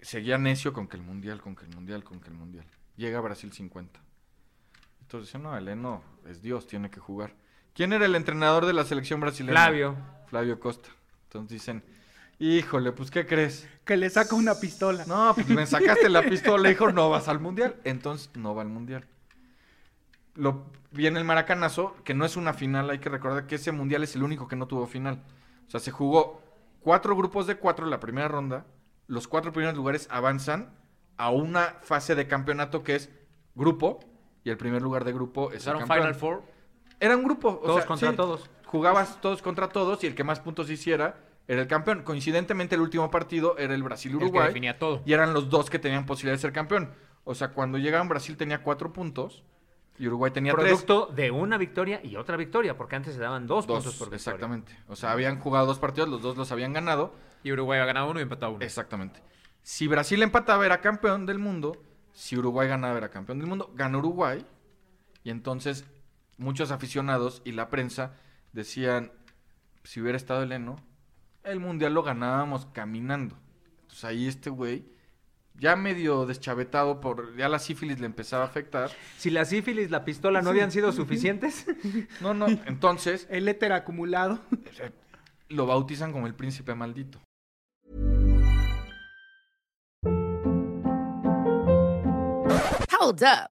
Speaker 4: seguía necio con que el mundial, con que el mundial, con que el mundial. Llega a Brasil 50. Entonces dice, no, Eleno es Dios, tiene que jugar. ¿Quién era el entrenador de la selección brasileña?
Speaker 5: Flavio.
Speaker 4: Flavio Costa. Entonces dicen, híjole, pues ¿qué crees?
Speaker 6: Que le saca una pistola.
Speaker 4: No, pues me sacaste la pistola, hijo, no vas al mundial. Entonces no va al mundial. Lo, viene el maracanazo, que no es una final, hay que recordar que ese mundial es el único que no tuvo final. O sea, se jugó cuatro grupos de cuatro en la primera ronda. Los cuatro primeros lugares avanzan a una fase de campeonato que es grupo. Y el primer lugar de grupo es el
Speaker 3: Usaron
Speaker 4: campeón.
Speaker 3: Final Four.
Speaker 4: Era un grupo. o
Speaker 5: Todos
Speaker 4: sea,
Speaker 5: contra
Speaker 4: sí,
Speaker 5: todos.
Speaker 4: Jugabas todos contra todos y el que más puntos hiciera era el campeón. Coincidentemente, el último partido era el
Speaker 3: El que
Speaker 4: Brasil-Uruguay.
Speaker 3: definía todo.
Speaker 4: Y eran los dos que tenían posibilidad de ser campeón. O sea, cuando llegaban Brasil tenía cuatro puntos y Uruguay tenía tres.
Speaker 5: Producto de una victoria y otra victoria, porque antes se daban dos,
Speaker 4: Dos,
Speaker 5: puntos por victoria.
Speaker 4: exactamente. O sea, habían jugado dos partidos, los dos los habían ganado.
Speaker 3: Y Uruguay ha ganado uno y empatado uno.
Speaker 4: Exactamente. Si Brasil empataba era campeón del mundo, si Uruguay ganaba era campeón del mundo, ganó Uruguay. Y entonces muchos aficionados y la prensa decían, si hubiera estado Eleno, el mundial lo ganábamos caminando. Entonces ahí este güey, ya medio deschavetado por, ya la sífilis le empezaba a afectar.
Speaker 5: Si la sífilis, la pistola no habían sido suficientes,
Speaker 4: No, no, entonces
Speaker 6: El éter acumulado.
Speaker 4: lo bautizan como el príncipe maldito.
Speaker 2: Hold up.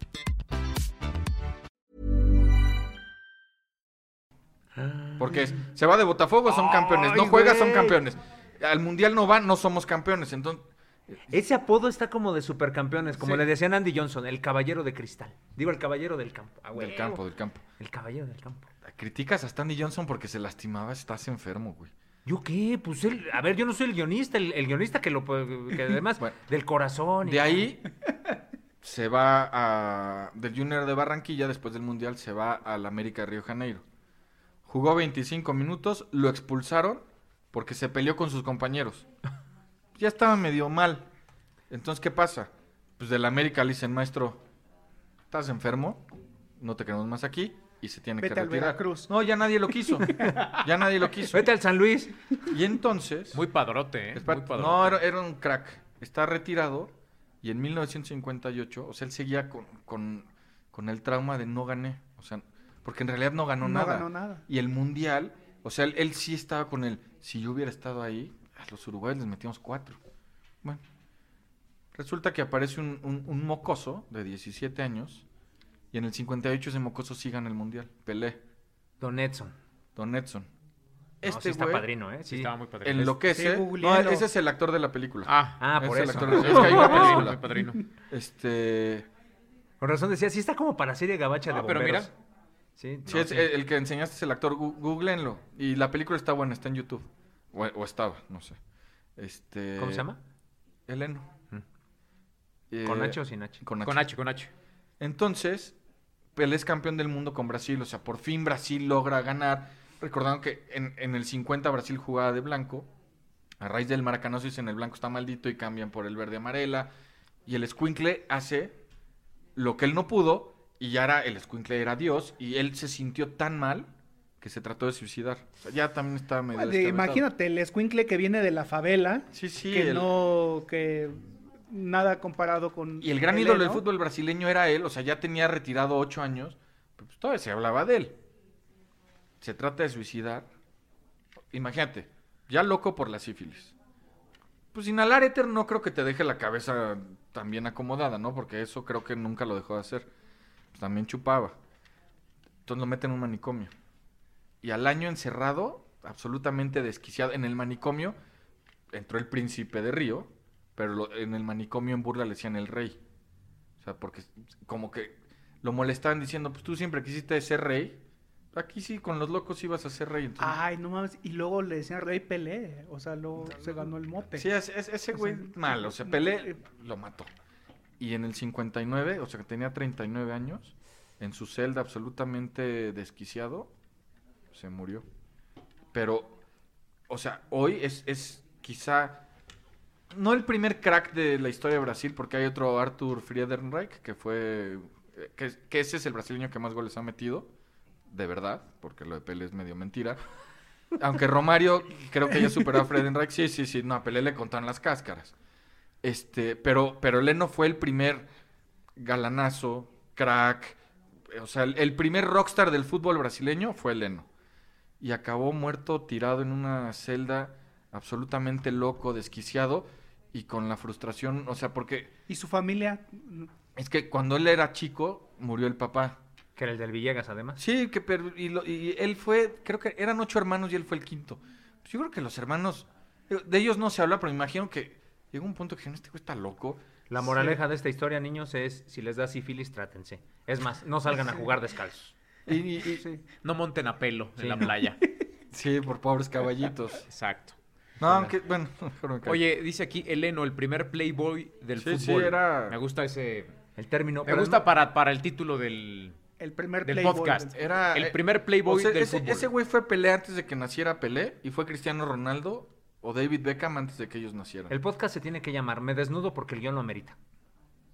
Speaker 4: Porque es, se va de Botafogo, son campeones. No
Speaker 5: Mm. Ay,
Speaker 4: juega, son
Speaker 5: güey.
Speaker 4: campeones. Al mundial no va, no somos campeones. Entonces,
Speaker 5: ese apodo está como de supercampeones, como le decían Andy Johnson, el caballero de cristal. Digo, el caballero del campo. Ah,
Speaker 4: del
Speaker 5: huevo.
Speaker 4: campo, del campo.
Speaker 5: El caballero del campo.
Speaker 4: Criticas a Stanley Johnson porque se lastimaba, estás enfermo, güey.
Speaker 5: ¿Yo qué? Pues él, a ver, yo no soy el guionista, el, el guionista que lo pu- que además,
Speaker 4: Bueno.
Speaker 5: del corazón. y-
Speaker 4: De ahí se va a. Del Junior de Barranquilla, después del mundial, se va al América de Río Janeiro. Jugó 25 minutos, lo expulsaron porque se peleó con sus compañeros. Ya estaba medio mal. Entonces, ¿qué pasa? Pues del América le dicen, maestro, estás enfermo, no te queremos más aquí y se tiene
Speaker 6: Vete
Speaker 4: que
Speaker 6: al
Speaker 4: retirar.
Speaker 6: Veracruz.
Speaker 4: No, ya nadie lo quiso. ya nadie lo quiso.
Speaker 5: Vete al San Luis.
Speaker 4: Y entonces.
Speaker 3: Muy padrote, ¿eh?
Speaker 4: Espera,
Speaker 3: Muy padrote.
Speaker 4: no, era, era un crack. Está retirado y en 1958, o sea, él seguía con, con- con el trauma de no gané. O sea, porque en realidad no ganó
Speaker 6: No
Speaker 4: nada.
Speaker 6: ganó nada.
Speaker 4: Y el mundial, o sea, él, él sí estaba con el si yo hubiera estado ahí, a los uruguayos les metíamos cuatro. Bueno, resulta que aparece un, un- un mocoso de 17 años y en el 58 ese mocoso sí gana el mundial. Pelé,
Speaker 5: Don Edson.
Speaker 4: Don Edson.
Speaker 5: Este
Speaker 4: Este
Speaker 5: está
Speaker 4: güey
Speaker 5: padrino, ¿eh?
Speaker 3: Sí, estaba muy padrino.
Speaker 4: enloquece.
Speaker 6: Sí,
Speaker 4: no,
Speaker 6: googlealo.
Speaker 4: ese es el actor de la película.
Speaker 3: Ah,
Speaker 5: Ah,
Speaker 4: Es
Speaker 5: por
Speaker 4: el
Speaker 5: eso.
Speaker 4: actor de- es que hay una
Speaker 3: padrino,
Speaker 4: película.
Speaker 3: muy padrino.
Speaker 4: Este,
Speaker 5: Con razón decía, sí está como para serie gabacha de
Speaker 3: Ah, pero
Speaker 5: bomberos.
Speaker 3: mira.
Speaker 5: Sí, eh, no,
Speaker 4: sí, es
Speaker 5: sí.
Speaker 4: El, el que enseñaste es el actor, gu- googleenlo. Y la película está buena, está en YouTube. O, o estaba, no sé. Este,
Speaker 5: ¿Cómo se llama? Mm.
Speaker 4: Eleno. Eh,
Speaker 5: ¿Con H o sin H?
Speaker 4: Con H.
Speaker 3: Con H, con H.
Speaker 4: Entonces, Pelé es campeón del mundo con Brasil. O sea, por fin Brasil logra ganar. Recordando que en, en el 50 Brasil jugaba de blanco. A raíz del maracanosis en el blanco está maldito y cambian por el verde amarela. Y el escuincle hace lo que él no pudo. Y ya era, el escuincle era Dios. Y él se sintió tan mal que se trató de suicidar. O sea, ya también estaba medio...
Speaker 6: Bueno, de-
Speaker 4: descabezado.
Speaker 6: imagínate, el escuincle que viene de la favela,
Speaker 4: Sí, sí.
Speaker 6: que
Speaker 4: el-
Speaker 6: no, que nada comparado con...
Speaker 4: Y el gran
Speaker 6: Pelé,
Speaker 4: ídolo del
Speaker 6: ¿no?
Speaker 4: fútbol brasileño era él, o sea, ya tenía retirado ocho años, pero pues todavía se hablaba de él. Se trata de suicidar. Imagínate, ya loco por la sífilis. Pues inhalar éter no creo que te deje la cabeza tan bien acomodada, ¿no? Porque eso creo que nunca lo dejó de hacer. Pues también chupaba. Entonces lo meten en un manicomio. Y al año encerrado, absolutamente desquiciado, en el manicomio entró el príncipe de Río, pero lo- en el manicomio en burla le decían el rey. O sea, porque como que lo molestaban diciendo, pues tú siempre quisiste ser rey. Aquí sí, con los locos ibas a ser rey. entonces-
Speaker 6: Ay, no mames, y luego le decían Rey Pelé, o sea, luego se ganó el mote.
Speaker 4: Sí, es- es- ese
Speaker 6: O
Speaker 4: güey
Speaker 6: sea,
Speaker 4: malo, o sea,
Speaker 6: no,
Speaker 4: Pelé
Speaker 6: eh,
Speaker 4: lo mató. Y en el 59, o sea, que tenía 39 años, en su celda absolutamente desquiciado, se murió. Pero, o sea, hoy es, es quizá, no el primer crack de la historia de Brasil, porque hay otro Arthur Friedenreich, que fue, eh, que, que ese es el brasileño que más goles ha metido, de verdad, porque lo de Pelé es medio mentira. Aunque Romario creo que ya superó a Friedenreich, sí, sí, sí, no, a Pelé le contaron las cáscaras. Este, pero, pero Leno fue el primer galanazo, crack, o sea, el, el primer rockstar del fútbol brasileño fue Leno. Y acabó muerto, tirado en una celda, absolutamente loco, desquiciado, y con la frustración, o sea, porque
Speaker 6: Y su familia,
Speaker 4: es que cuando él era chico, murió el papá.
Speaker 5: Que era el del Villegas, además.
Speaker 4: Sí, que per- y, lo- y él fue, creo que eran ocho hermanos y él fue el quinto. Pues yo creo que los hermanos, de ellos no se habla, pero me imagino que llegó un punto que dijeron, este güey está loco.
Speaker 5: La moraleja de esta historia, niños, es si les da sífilis, trátense. Es más, no salgan a jugar descalzos.
Speaker 4: Y- y- y- sí.
Speaker 3: No monten a pelo
Speaker 5: Sí,
Speaker 3: en la
Speaker 5: no.
Speaker 3: playa.
Speaker 4: por pobres caballitos.
Speaker 3: Exacto.
Speaker 4: No, aunque, bueno, mejor me callo.
Speaker 3: Oye, dice aquí Eleno, el primer playboy del
Speaker 4: Sí,
Speaker 3: fútbol.
Speaker 4: sí, era-
Speaker 3: Me gusta ese.
Speaker 5: El término...
Speaker 3: Me
Speaker 5: pero
Speaker 3: gusta
Speaker 5: no-
Speaker 3: para, para el título del,
Speaker 6: el primer
Speaker 3: del
Speaker 6: playboy
Speaker 3: podcast.
Speaker 6: del-
Speaker 4: Era- eh,
Speaker 3: el primer playboy
Speaker 4: Ah, O sea,
Speaker 3: del
Speaker 4: ese,
Speaker 3: fútbol.
Speaker 4: ese güey fue Pelé antes de que naciera Pelé y fue Cristiano Ronaldo o David Beckham antes de que ellos nacieran.
Speaker 5: El podcast se tiene que llamar Me desnudo porque el guión lo amerita.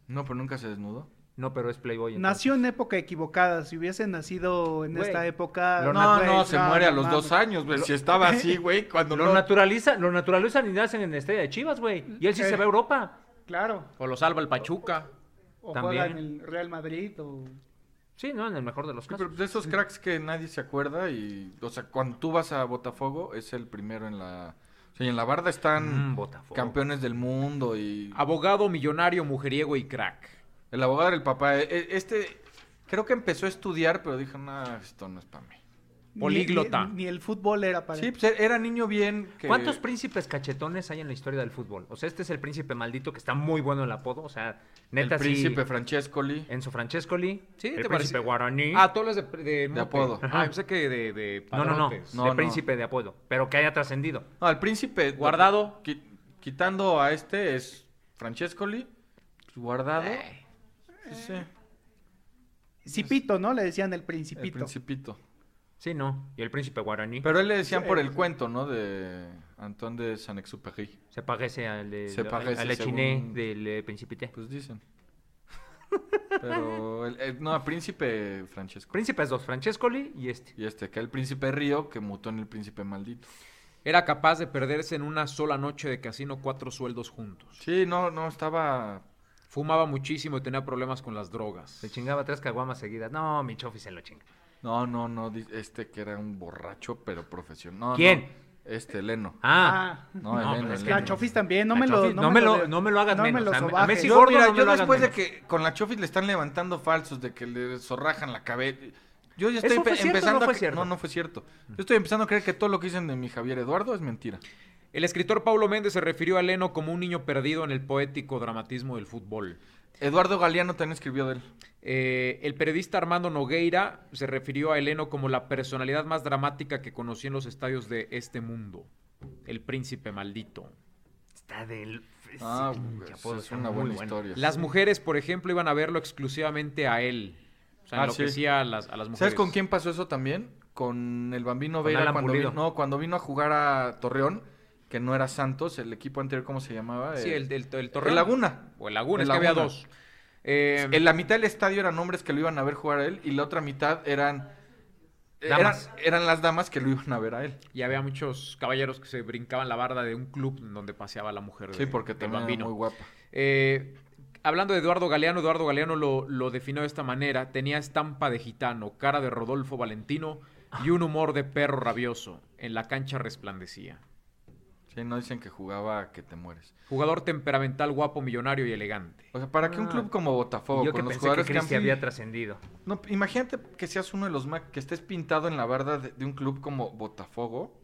Speaker 4: No, pero nunca se desnudó.
Speaker 5: No, pero es Playboy. entonces.
Speaker 6: Nació en época equivocada, si hubiese nacido en
Speaker 5: Güey.
Speaker 6: esta época...
Speaker 4: Ah, No, no,
Speaker 6: güey,
Speaker 4: se muere a
Speaker 6: no
Speaker 4: los
Speaker 6: mames.
Speaker 4: dos años, güey. Si estaba así, güey, cuando
Speaker 5: Lo
Speaker 4: no-
Speaker 5: naturaliza, lo naturalizan y nacen en Estrella de Chivas, güey. Y él sí
Speaker 6: Eh.
Speaker 5: se va a Europa.
Speaker 6: Claro,
Speaker 3: O lo salva el Pachuca.
Speaker 6: o
Speaker 5: También.
Speaker 6: juega en el Real Madrid o...
Speaker 5: Sí, no, en el mejor de los
Speaker 4: Sí, pero
Speaker 5: casos.
Speaker 4: de esos cracks que nadie se acuerda y, o sea, cuando tú vas a Botafogo es el primero en la... O sea, y en la barda están
Speaker 5: Mm, Botafogo. Ah.
Speaker 4: campeones del mundo y...
Speaker 3: Abogado, millonario, mujeriego y crack.
Speaker 4: El abogado del papá, e- e- este creo que empezó a estudiar, pero dijo, no, esto no es para mí.
Speaker 6: Ni-
Speaker 3: Políglota.
Speaker 6: Ni, ni el fútbol era para
Speaker 4: Sí,
Speaker 6: él.
Speaker 4: pues e- era niño bien que...
Speaker 5: ¿Cuántos príncipes cachetones hay en la historia del fútbol? O sea, este es el príncipe maldito que está muy bueno el apodo. O sea, neta,
Speaker 4: El príncipe
Speaker 5: sí.
Speaker 4: Francescoli.
Speaker 5: Enzo Francescoli.
Speaker 3: Sí,
Speaker 5: el
Speaker 3: ¿te
Speaker 5: príncipe
Speaker 3: parece?
Speaker 5: guaraní.
Speaker 3: Ah, todos los de, de, mote.
Speaker 4: apodo.
Speaker 3: Ah, pensé que de, de
Speaker 5: no, no, no,
Speaker 3: padrotes.
Speaker 4: No,
Speaker 5: De
Speaker 4: no.
Speaker 5: príncipe de apodo. Pero que haya trascendido.
Speaker 4: No, el príncipe...
Speaker 3: Guardado.
Speaker 4: qui- quitando a este es Francescoli, pues, guardado.
Speaker 5: Eh.
Speaker 4: Sí, sí,
Speaker 6: Cipito, ¿no? Le decían el
Speaker 4: el
Speaker 6: principito.
Speaker 4: principito.
Speaker 5: Sí, no. Y el príncipe guaraní
Speaker 4: Pero él le decían por el cuento, ¿no? De Antón de Saint-Exupéry.
Speaker 5: se parece al de,
Speaker 4: Se parece,
Speaker 5: al de Chiné
Speaker 4: según-
Speaker 5: del eh, príncipité.
Speaker 4: Pues dicen. Pero, el, el- no, príncipe Francesco.
Speaker 5: Príncipes dos, Francescoli y este.
Speaker 4: Y este, que el príncipe Río, que mutó en el príncipe maldito.
Speaker 3: Era capaz de perderse en una sola noche de casino cuatro sueldos juntos.
Speaker 4: Sí, no, no, estaba...
Speaker 3: Fumaba muchísimo y tenía problemas con las drogas.
Speaker 5: Se chingaba tres caguamas seguidas. No, mi chofi se lo chinga.
Speaker 4: No, no, no, di- este que era un borracho, pero profesional. No,
Speaker 5: ¿Quién?
Speaker 4: no. Este, Leno.
Speaker 5: Ah.
Speaker 4: No,
Speaker 5: No,
Speaker 4: Eleno,
Speaker 5: pero es que-
Speaker 4: Eleno.
Speaker 1: La Chofis también, no
Speaker 5: La
Speaker 1: me lo
Speaker 5: Chofis, no me lo- no me lo hagas
Speaker 1: no
Speaker 5: menos,
Speaker 1: Me lo
Speaker 5: o sea, a
Speaker 1: sobajes.
Speaker 5: Messi- Sí,
Speaker 4: yo,
Speaker 5: gordo,
Speaker 4: mira,
Speaker 5: no me
Speaker 4: yo
Speaker 5: lo hagas
Speaker 4: después de
Speaker 5: menos.
Speaker 4: que con la Chofis le están levantando falsos, de que le zorrajan la cabeza. Yo ya
Speaker 5: ¿Eso
Speaker 4: estoy
Speaker 5: fue
Speaker 4: pe-
Speaker 5: cierto o
Speaker 4: empezando
Speaker 5: no fue
Speaker 4: a... cre-
Speaker 5: cierto?
Speaker 4: No, no fue cierto. Yo estoy empezando a creer que todo lo que dicen de mi Javier Eduardo es mentira.
Speaker 3: El escritor Paulo Méndez se refirió a Leno como un niño perdido en el poético dramatismo del fútbol.
Speaker 4: Eduardo Galeano también escribió de él.
Speaker 3: Eh, el periodista Armando Nogueira se refirió a Eleno como la personalidad más dramática que conocí en los estadios de este mundo. El príncipe maldito.
Speaker 5: Está del.
Speaker 4: Ah,
Speaker 5: sí,
Speaker 4: güey,
Speaker 5: ya
Speaker 4: esa
Speaker 5: puedo,
Speaker 4: es
Speaker 5: está
Speaker 4: una
Speaker 5: muy
Speaker 4: buena
Speaker 5: bueno.
Speaker 4: historia.
Speaker 3: Las mujeres, por ejemplo, iban a verlo exclusivamente a él. O sea,
Speaker 4: Ah,
Speaker 3: enloquecía
Speaker 4: sí.
Speaker 3: a, las, a las mujeres.
Speaker 4: ¿Sabes con quién pasó eso también? Con el Bambino
Speaker 5: Con
Speaker 4: Veira
Speaker 5: Alan
Speaker 4: cuando
Speaker 5: Pulido.
Speaker 4: vino, no, cuando vino a jugar a Torreón, que no era Santos, el equipo anterior, ¿cómo se llamaba?
Speaker 3: Sí, el, el, el Torreón.
Speaker 4: el Laguna.
Speaker 3: O el Laguna,
Speaker 4: El
Speaker 3: es que había
Speaker 4: Laguna.
Speaker 3: dos. Eh,
Speaker 4: En la mitad del estadio eran hombres que lo iban a ver jugar a él y la otra mitad eran eran,
Speaker 5: Damas.
Speaker 4: eran las damas que lo iban a ver a él.
Speaker 3: Y había muchos caballeros que se brincaban la barda de un club en donde paseaba la mujer.
Speaker 4: Sí,
Speaker 3: de-
Speaker 4: porque
Speaker 3: del
Speaker 4: también era
Speaker 3: Bambino.
Speaker 4: muy guapa.
Speaker 3: Eh, hablando de Eduardo Galeano, Eduardo Galeano lo, lo definió de esta manera. Tenía estampa de gitano, cara de Rodolfo Valentino y un humor de perro rabioso. En la cancha resplandecía.
Speaker 4: Sí, no dicen que jugaba a que te mueres.
Speaker 3: Jugador temperamental, guapo, millonario y elegante.
Speaker 4: O sea, para que un
Speaker 5: Ah.
Speaker 4: club como Botafogo
Speaker 5: Y Yo que
Speaker 4: con los
Speaker 5: pensé que
Speaker 4: jugadores que, han
Speaker 5: Cristi
Speaker 4: pin-
Speaker 5: había trascendido.
Speaker 4: No, imagínate que seas uno de los más que estés pintado en la barda de, de un club como Botafogo.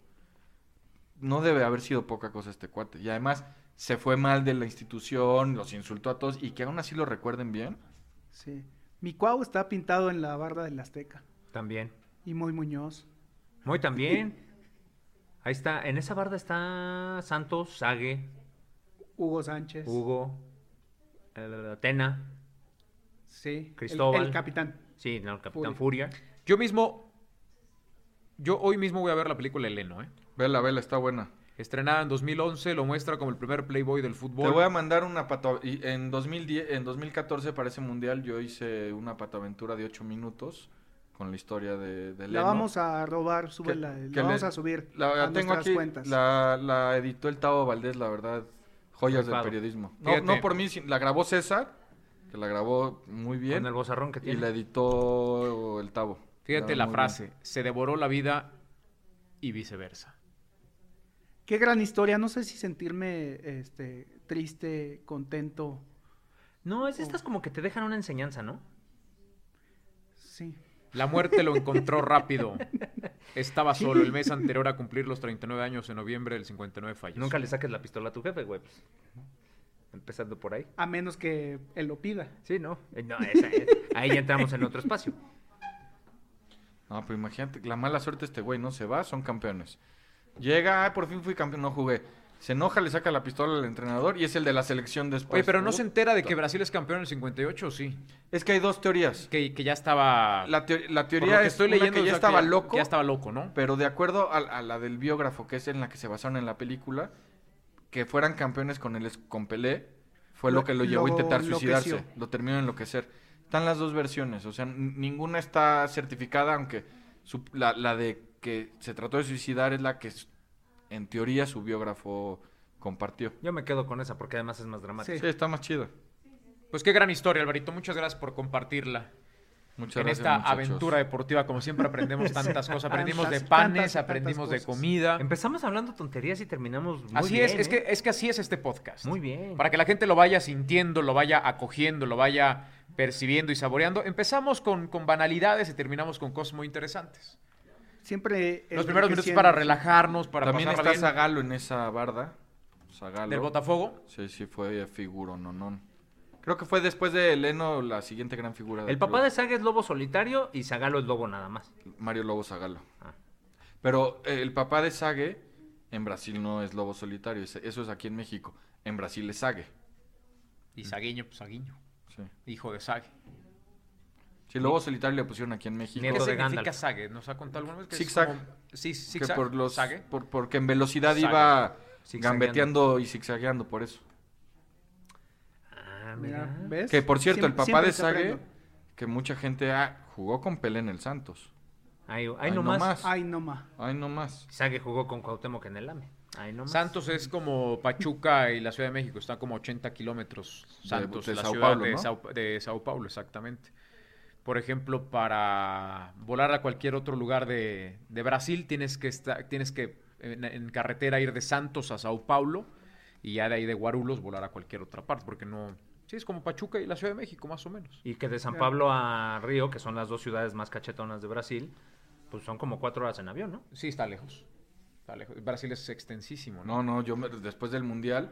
Speaker 4: No debe haber sido poca cosa este cuate. Y además se fue mal de la institución, los insultó a todos y que aún así lo recuerden bien.
Speaker 1: Sí. Mi cuau está pintado en la barda del Azteca.
Speaker 5: También.
Speaker 1: Y Moy Muñoz.
Speaker 5: Muy también. Ahí está. En esa barda está Santos, Sague,
Speaker 1: Hugo Sánchez.
Speaker 5: Hugo, eh, Atena.
Speaker 1: Sí. el-
Speaker 5: Cristóbal.
Speaker 1: El, capitán.
Speaker 5: Sí, no, el Capitán
Speaker 1: Furia.
Speaker 5: Furia.
Speaker 3: Yo mismo, yo hoy mismo voy a ver la película Eleno, ¿eh?
Speaker 4: Vela, vela, está buena.
Speaker 3: Estrenada en 2011, lo muestra como el primer playboy del fútbol.
Speaker 4: Te voy a mandar una pato... y En, 2010, en 2014 para ese mundial yo hice una pataventura de 8 minutos con la historia de, de
Speaker 1: La
Speaker 4: Leno.
Speaker 1: vamos a robar,
Speaker 4: que-
Speaker 1: súbela.
Speaker 4: que
Speaker 1: La vamos
Speaker 4: le-
Speaker 1: a subir a
Speaker 4: La, la tengo
Speaker 1: nuestras
Speaker 4: aquí,
Speaker 1: cuentas.
Speaker 4: La, la editó el Tavo Valdés, la verdad. Joyas del
Speaker 5: Rifado.
Speaker 4: periodismo. No,
Speaker 3: Fíjate.
Speaker 4: no por mí, sin- la grabó César, que la grabó muy bien.
Speaker 5: Con el bozarrón que
Speaker 4: Y
Speaker 5: tiene.
Speaker 4: la editó el Tavo.
Speaker 3: Fíjate
Speaker 4: Quedó
Speaker 3: la
Speaker 4: muy
Speaker 3: frase, se devoró la vida y viceversa.
Speaker 1: Qué gran historia. No sé si sentirme este, triste, contento.
Speaker 5: No, es estas como que te dejan una enseñanza, ¿no?
Speaker 1: Sí.
Speaker 3: La muerte lo encontró rápido. Estaba solo el mes anterior a cumplir los 39 años en noviembre del 59 falleció.
Speaker 5: Nunca le saques la pistola a tu jefe, güey. pues. Empezando por ahí.
Speaker 1: A menos que él lo pida.
Speaker 5: Sí, no. eh, no, esa- eh, ahí ya entramos en otro espacio.
Speaker 4: bien. No, pues imagínate, la mala suerte de este güey, no se va, son campeones. Llega, "Ay, por fin fui campeón, no jugué. Se enoja, le saca la pistola al entrenador y es el de la selección después.
Speaker 3: Oye, pero no se entera de que Brasil es campeón en el 58, ¿o sí?
Speaker 4: Es que hay dos teorías.
Speaker 3: Que, que ya estaba...
Speaker 4: La, teo- la
Speaker 3: por lo
Speaker 4: teoría
Speaker 3: que
Speaker 4: es
Speaker 3: estoy
Speaker 4: una
Speaker 3: leyendo,
Speaker 4: que
Speaker 3: o
Speaker 4: ya
Speaker 3: sea,
Speaker 4: estaba loco.
Speaker 3: Ya estaba loco, ¿no?
Speaker 4: Pero de acuerdo a, a la del biógrafo, que es en la que se basaron en la película, que fueran campeones con él, con Pelé, fue lo,
Speaker 1: Lo-
Speaker 4: que lo llevó a
Speaker 1: lo
Speaker 4: intentar suicidarse.
Speaker 1: enloqueció.
Speaker 4: Lo terminó de enloquecer. Están las dos versiones, o sea, n- ninguna está certificada, aunque su- la, la de que se trató de suicidar es la que, s- en teoría, su biógrafo compartió.
Speaker 5: Yo me quedo con esa porque además es más dramático.
Speaker 4: Sí, está más chida.
Speaker 3: Pues qué gran historia, Alvarito. Muchas gracias por compartirla.
Speaker 4: Muchas
Speaker 3: en
Speaker 4: gracias,
Speaker 3: esta
Speaker 4: muchachos.
Speaker 3: aventura deportiva, como siempre, aprendemos tantas cosas. Aprendimos
Speaker 1: Tantas,
Speaker 3: de panes,
Speaker 1: tantas y tantas
Speaker 3: aprendimos de
Speaker 1: cosas.
Speaker 3: comida.
Speaker 5: Empezamos hablando tonterías y terminamos muy
Speaker 3: así
Speaker 5: bien,
Speaker 3: es, es
Speaker 5: ¿eh?
Speaker 3: que, es que así es este podcast.
Speaker 5: Muy bien.
Speaker 3: Para que la gente lo vaya sintiendo, lo vaya acogiendo, lo vaya percibiendo y saboreando. Empezamos con, con banalidades y terminamos con cosas muy interesantes.
Speaker 1: Siempre.
Speaker 3: Los primeros minutos
Speaker 1: enriqueciendo.
Speaker 3: para relajarnos, para
Speaker 4: También
Speaker 3: pasarla
Speaker 4: está
Speaker 3: bien.
Speaker 4: Zagalo en esa barda. Zagalo.
Speaker 3: del Botafogo.
Speaker 4: Sí, sí, fue figuro, no, no. Creo que fue después de Leno la siguiente gran figura.
Speaker 5: El papá de Saga es lobo solitario y Zagalo es lobo nada más.
Speaker 4: Mario Lobo Zagalo.
Speaker 5: Ah.
Speaker 4: Pero eh, el papá de Sague en Brasil no es Lobo Solitario, es- eso es aquí en México. En Brasil es Sague.
Speaker 3: Y Saguiño, pues Saguiño,
Speaker 4: Sí.
Speaker 3: hijo de Sague.
Speaker 4: Sí, Lobo Solitario le pusieron aquí en México.
Speaker 3: ¿Qué
Speaker 5: Nieto de
Speaker 3: significa
Speaker 5: Gandalf.
Speaker 3: Sague? ¿Nos ha contado alguna vez? que es
Speaker 4: Zigzag.
Speaker 3: como- Sí,
Speaker 4: Que
Speaker 3: zigzag.
Speaker 4: por los-
Speaker 3: Sague.
Speaker 4: por- porque en velocidad
Speaker 3: Sague.
Speaker 4: iba
Speaker 5: Zigzagueando.
Speaker 4: gambeteando y zigzagueando por eso.
Speaker 5: Ah,
Speaker 1: Mira,
Speaker 5: mira.
Speaker 1: ¿ves?
Speaker 4: Que por cierto, el
Speaker 1: Siempre-
Speaker 4: papá
Speaker 1: siempre
Speaker 4: de
Speaker 1: te
Speaker 4: Sague,
Speaker 1: aprendo.
Speaker 4: que mucha gente ah, jugó con Pelé en el Santos.
Speaker 5: Ahí, ahí
Speaker 4: Ay, no
Speaker 5: nomás.
Speaker 4: más.
Speaker 1: Ay, no ma.
Speaker 4: Ay, no más.
Speaker 5: Sague jugó con Cuauhtémoc en el AME. Ahí nomás.
Speaker 3: Santos es como Pachuca y la Ciudad de México, está como 80 kilómetros
Speaker 4: De-
Speaker 3: Santos,
Speaker 4: de
Speaker 3: la
Speaker 4: Sao
Speaker 3: ciudad
Speaker 4: Paulo,
Speaker 3: de,
Speaker 4: ¿no?
Speaker 3: Sao, de Sao Paulo, exactamente. Por ejemplo, para volar a cualquier otro lugar de, de Brasil tienes que, esta- tienes que en, en carretera ir de Santos a Sao Paulo y ya de ahí de Guarulhos volar a cualquier otra parte, porque no... Sí, es como Pachuca y la Ciudad de México, más o menos.
Speaker 5: Y que de San Pablo a Río, que son las dos ciudades más cachetonas de Brasil, pues son como cuatro horas en avión, ¿no?
Speaker 3: Sí, está lejos. Está lejos. Brasil es extensísimo, ¿no?
Speaker 4: No, no, yo me- después del mundial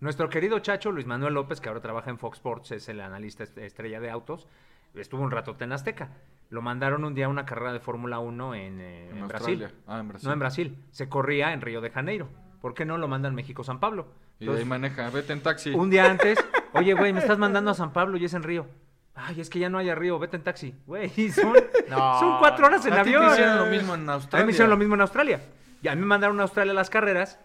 Speaker 5: Nuestro querido Chacho, Luis Manuel López, que ahora trabaja en Fox Sports, es el analista est- estrella de autos, estuvo un rato en Azteca. Lo mandaron un día a una carrera de Fórmula 1 en, eh,
Speaker 4: En
Speaker 5: en
Speaker 4: Australia.
Speaker 5: Brasil.
Speaker 4: Ah, en Brasil.
Speaker 5: No, en Brasil. Se corría en Río de Janeiro. ¿Por qué no lo mandan México-San Pablo?
Speaker 4: Y de ahí
Speaker 5: Entonces,
Speaker 4: maneja, vete en taxi.
Speaker 5: Un día antes, oye, güey, me estás mandando a San Pablo y es en Río. Ay, es que ya no hay a Río, vete en taxi. Güey, son,
Speaker 3: No.
Speaker 5: son cuatro horas en
Speaker 4: A ti te
Speaker 5: avión.
Speaker 4: hicieron lo mismo en
Speaker 5: A mí me hicieron
Speaker 4: Australia.
Speaker 5: lo mismo en Australia. Y a mí me mandaron a Australia las carreras.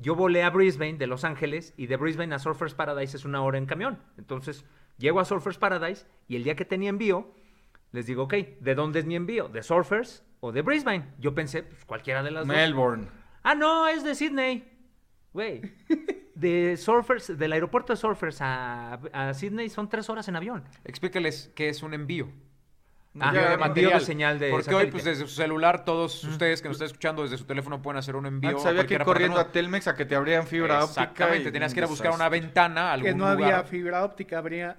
Speaker 5: Yo volé a Brisbane de Los Ángeles y de Brisbane a Surfers Paradise es una hora en camión. Entonces, llego a Surfers Paradise y el día que tenía envío, les digo, ok, ¿de dónde es mi envío? ¿De Surfers o de Brisbane? Yo pensé, pues, cualquiera de las dos.
Speaker 4: Melbourne.
Speaker 5: Ah, no, es de Sydney. Güey. De Surfers, del aeropuerto de Surfers a, a Sydney son tres horas en avión.
Speaker 3: Explícales qué es un envío.
Speaker 5: Ah,
Speaker 3: Envío de
Speaker 5: envío
Speaker 3: material.
Speaker 5: de señal de
Speaker 3: Porque hoy,
Speaker 5: satélite.
Speaker 3: pues desde su celular, todos ustedes que nos están escuchando desde su teléfono pueden hacer un envío.
Speaker 4: Antes
Speaker 3: a
Speaker 4: había que
Speaker 3: cualquier
Speaker 4: ir
Speaker 3: parte
Speaker 4: corriendo
Speaker 3: del
Speaker 4: a Telmex a que te abrían
Speaker 3: mundo.
Speaker 4: fibra óptica.
Speaker 3: Exactamente,
Speaker 4: y
Speaker 3: tenías
Speaker 4: un
Speaker 3: que ir a buscar
Speaker 4: desastre.
Speaker 3: una ventana, a algún
Speaker 1: Que no había
Speaker 3: lugar
Speaker 1: fibra óptica, habría.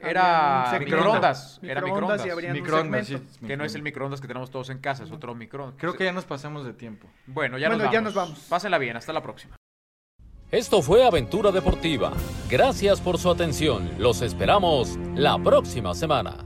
Speaker 1: habría
Speaker 3: Era
Speaker 1: un segmento.
Speaker 3: microondas, era microondas.
Speaker 1: y habrían
Speaker 4: Microondas, sí,
Speaker 1: un segmento.
Speaker 3: que no es el
Speaker 4: microondas.
Speaker 3: microondas que tenemos todos en casa, es otro microondas.
Speaker 4: Creo que ya nos pasamos de tiempo.
Speaker 3: Bueno, ya,
Speaker 1: Bueno,
Speaker 3: nos
Speaker 1: ya
Speaker 3: vamos.
Speaker 1: nos vamos.
Speaker 3: Pásenla bien, hasta la próxima.
Speaker 7: Esto fue Aventura Deportiva. Gracias por su atención. Los esperamos la próxima semana.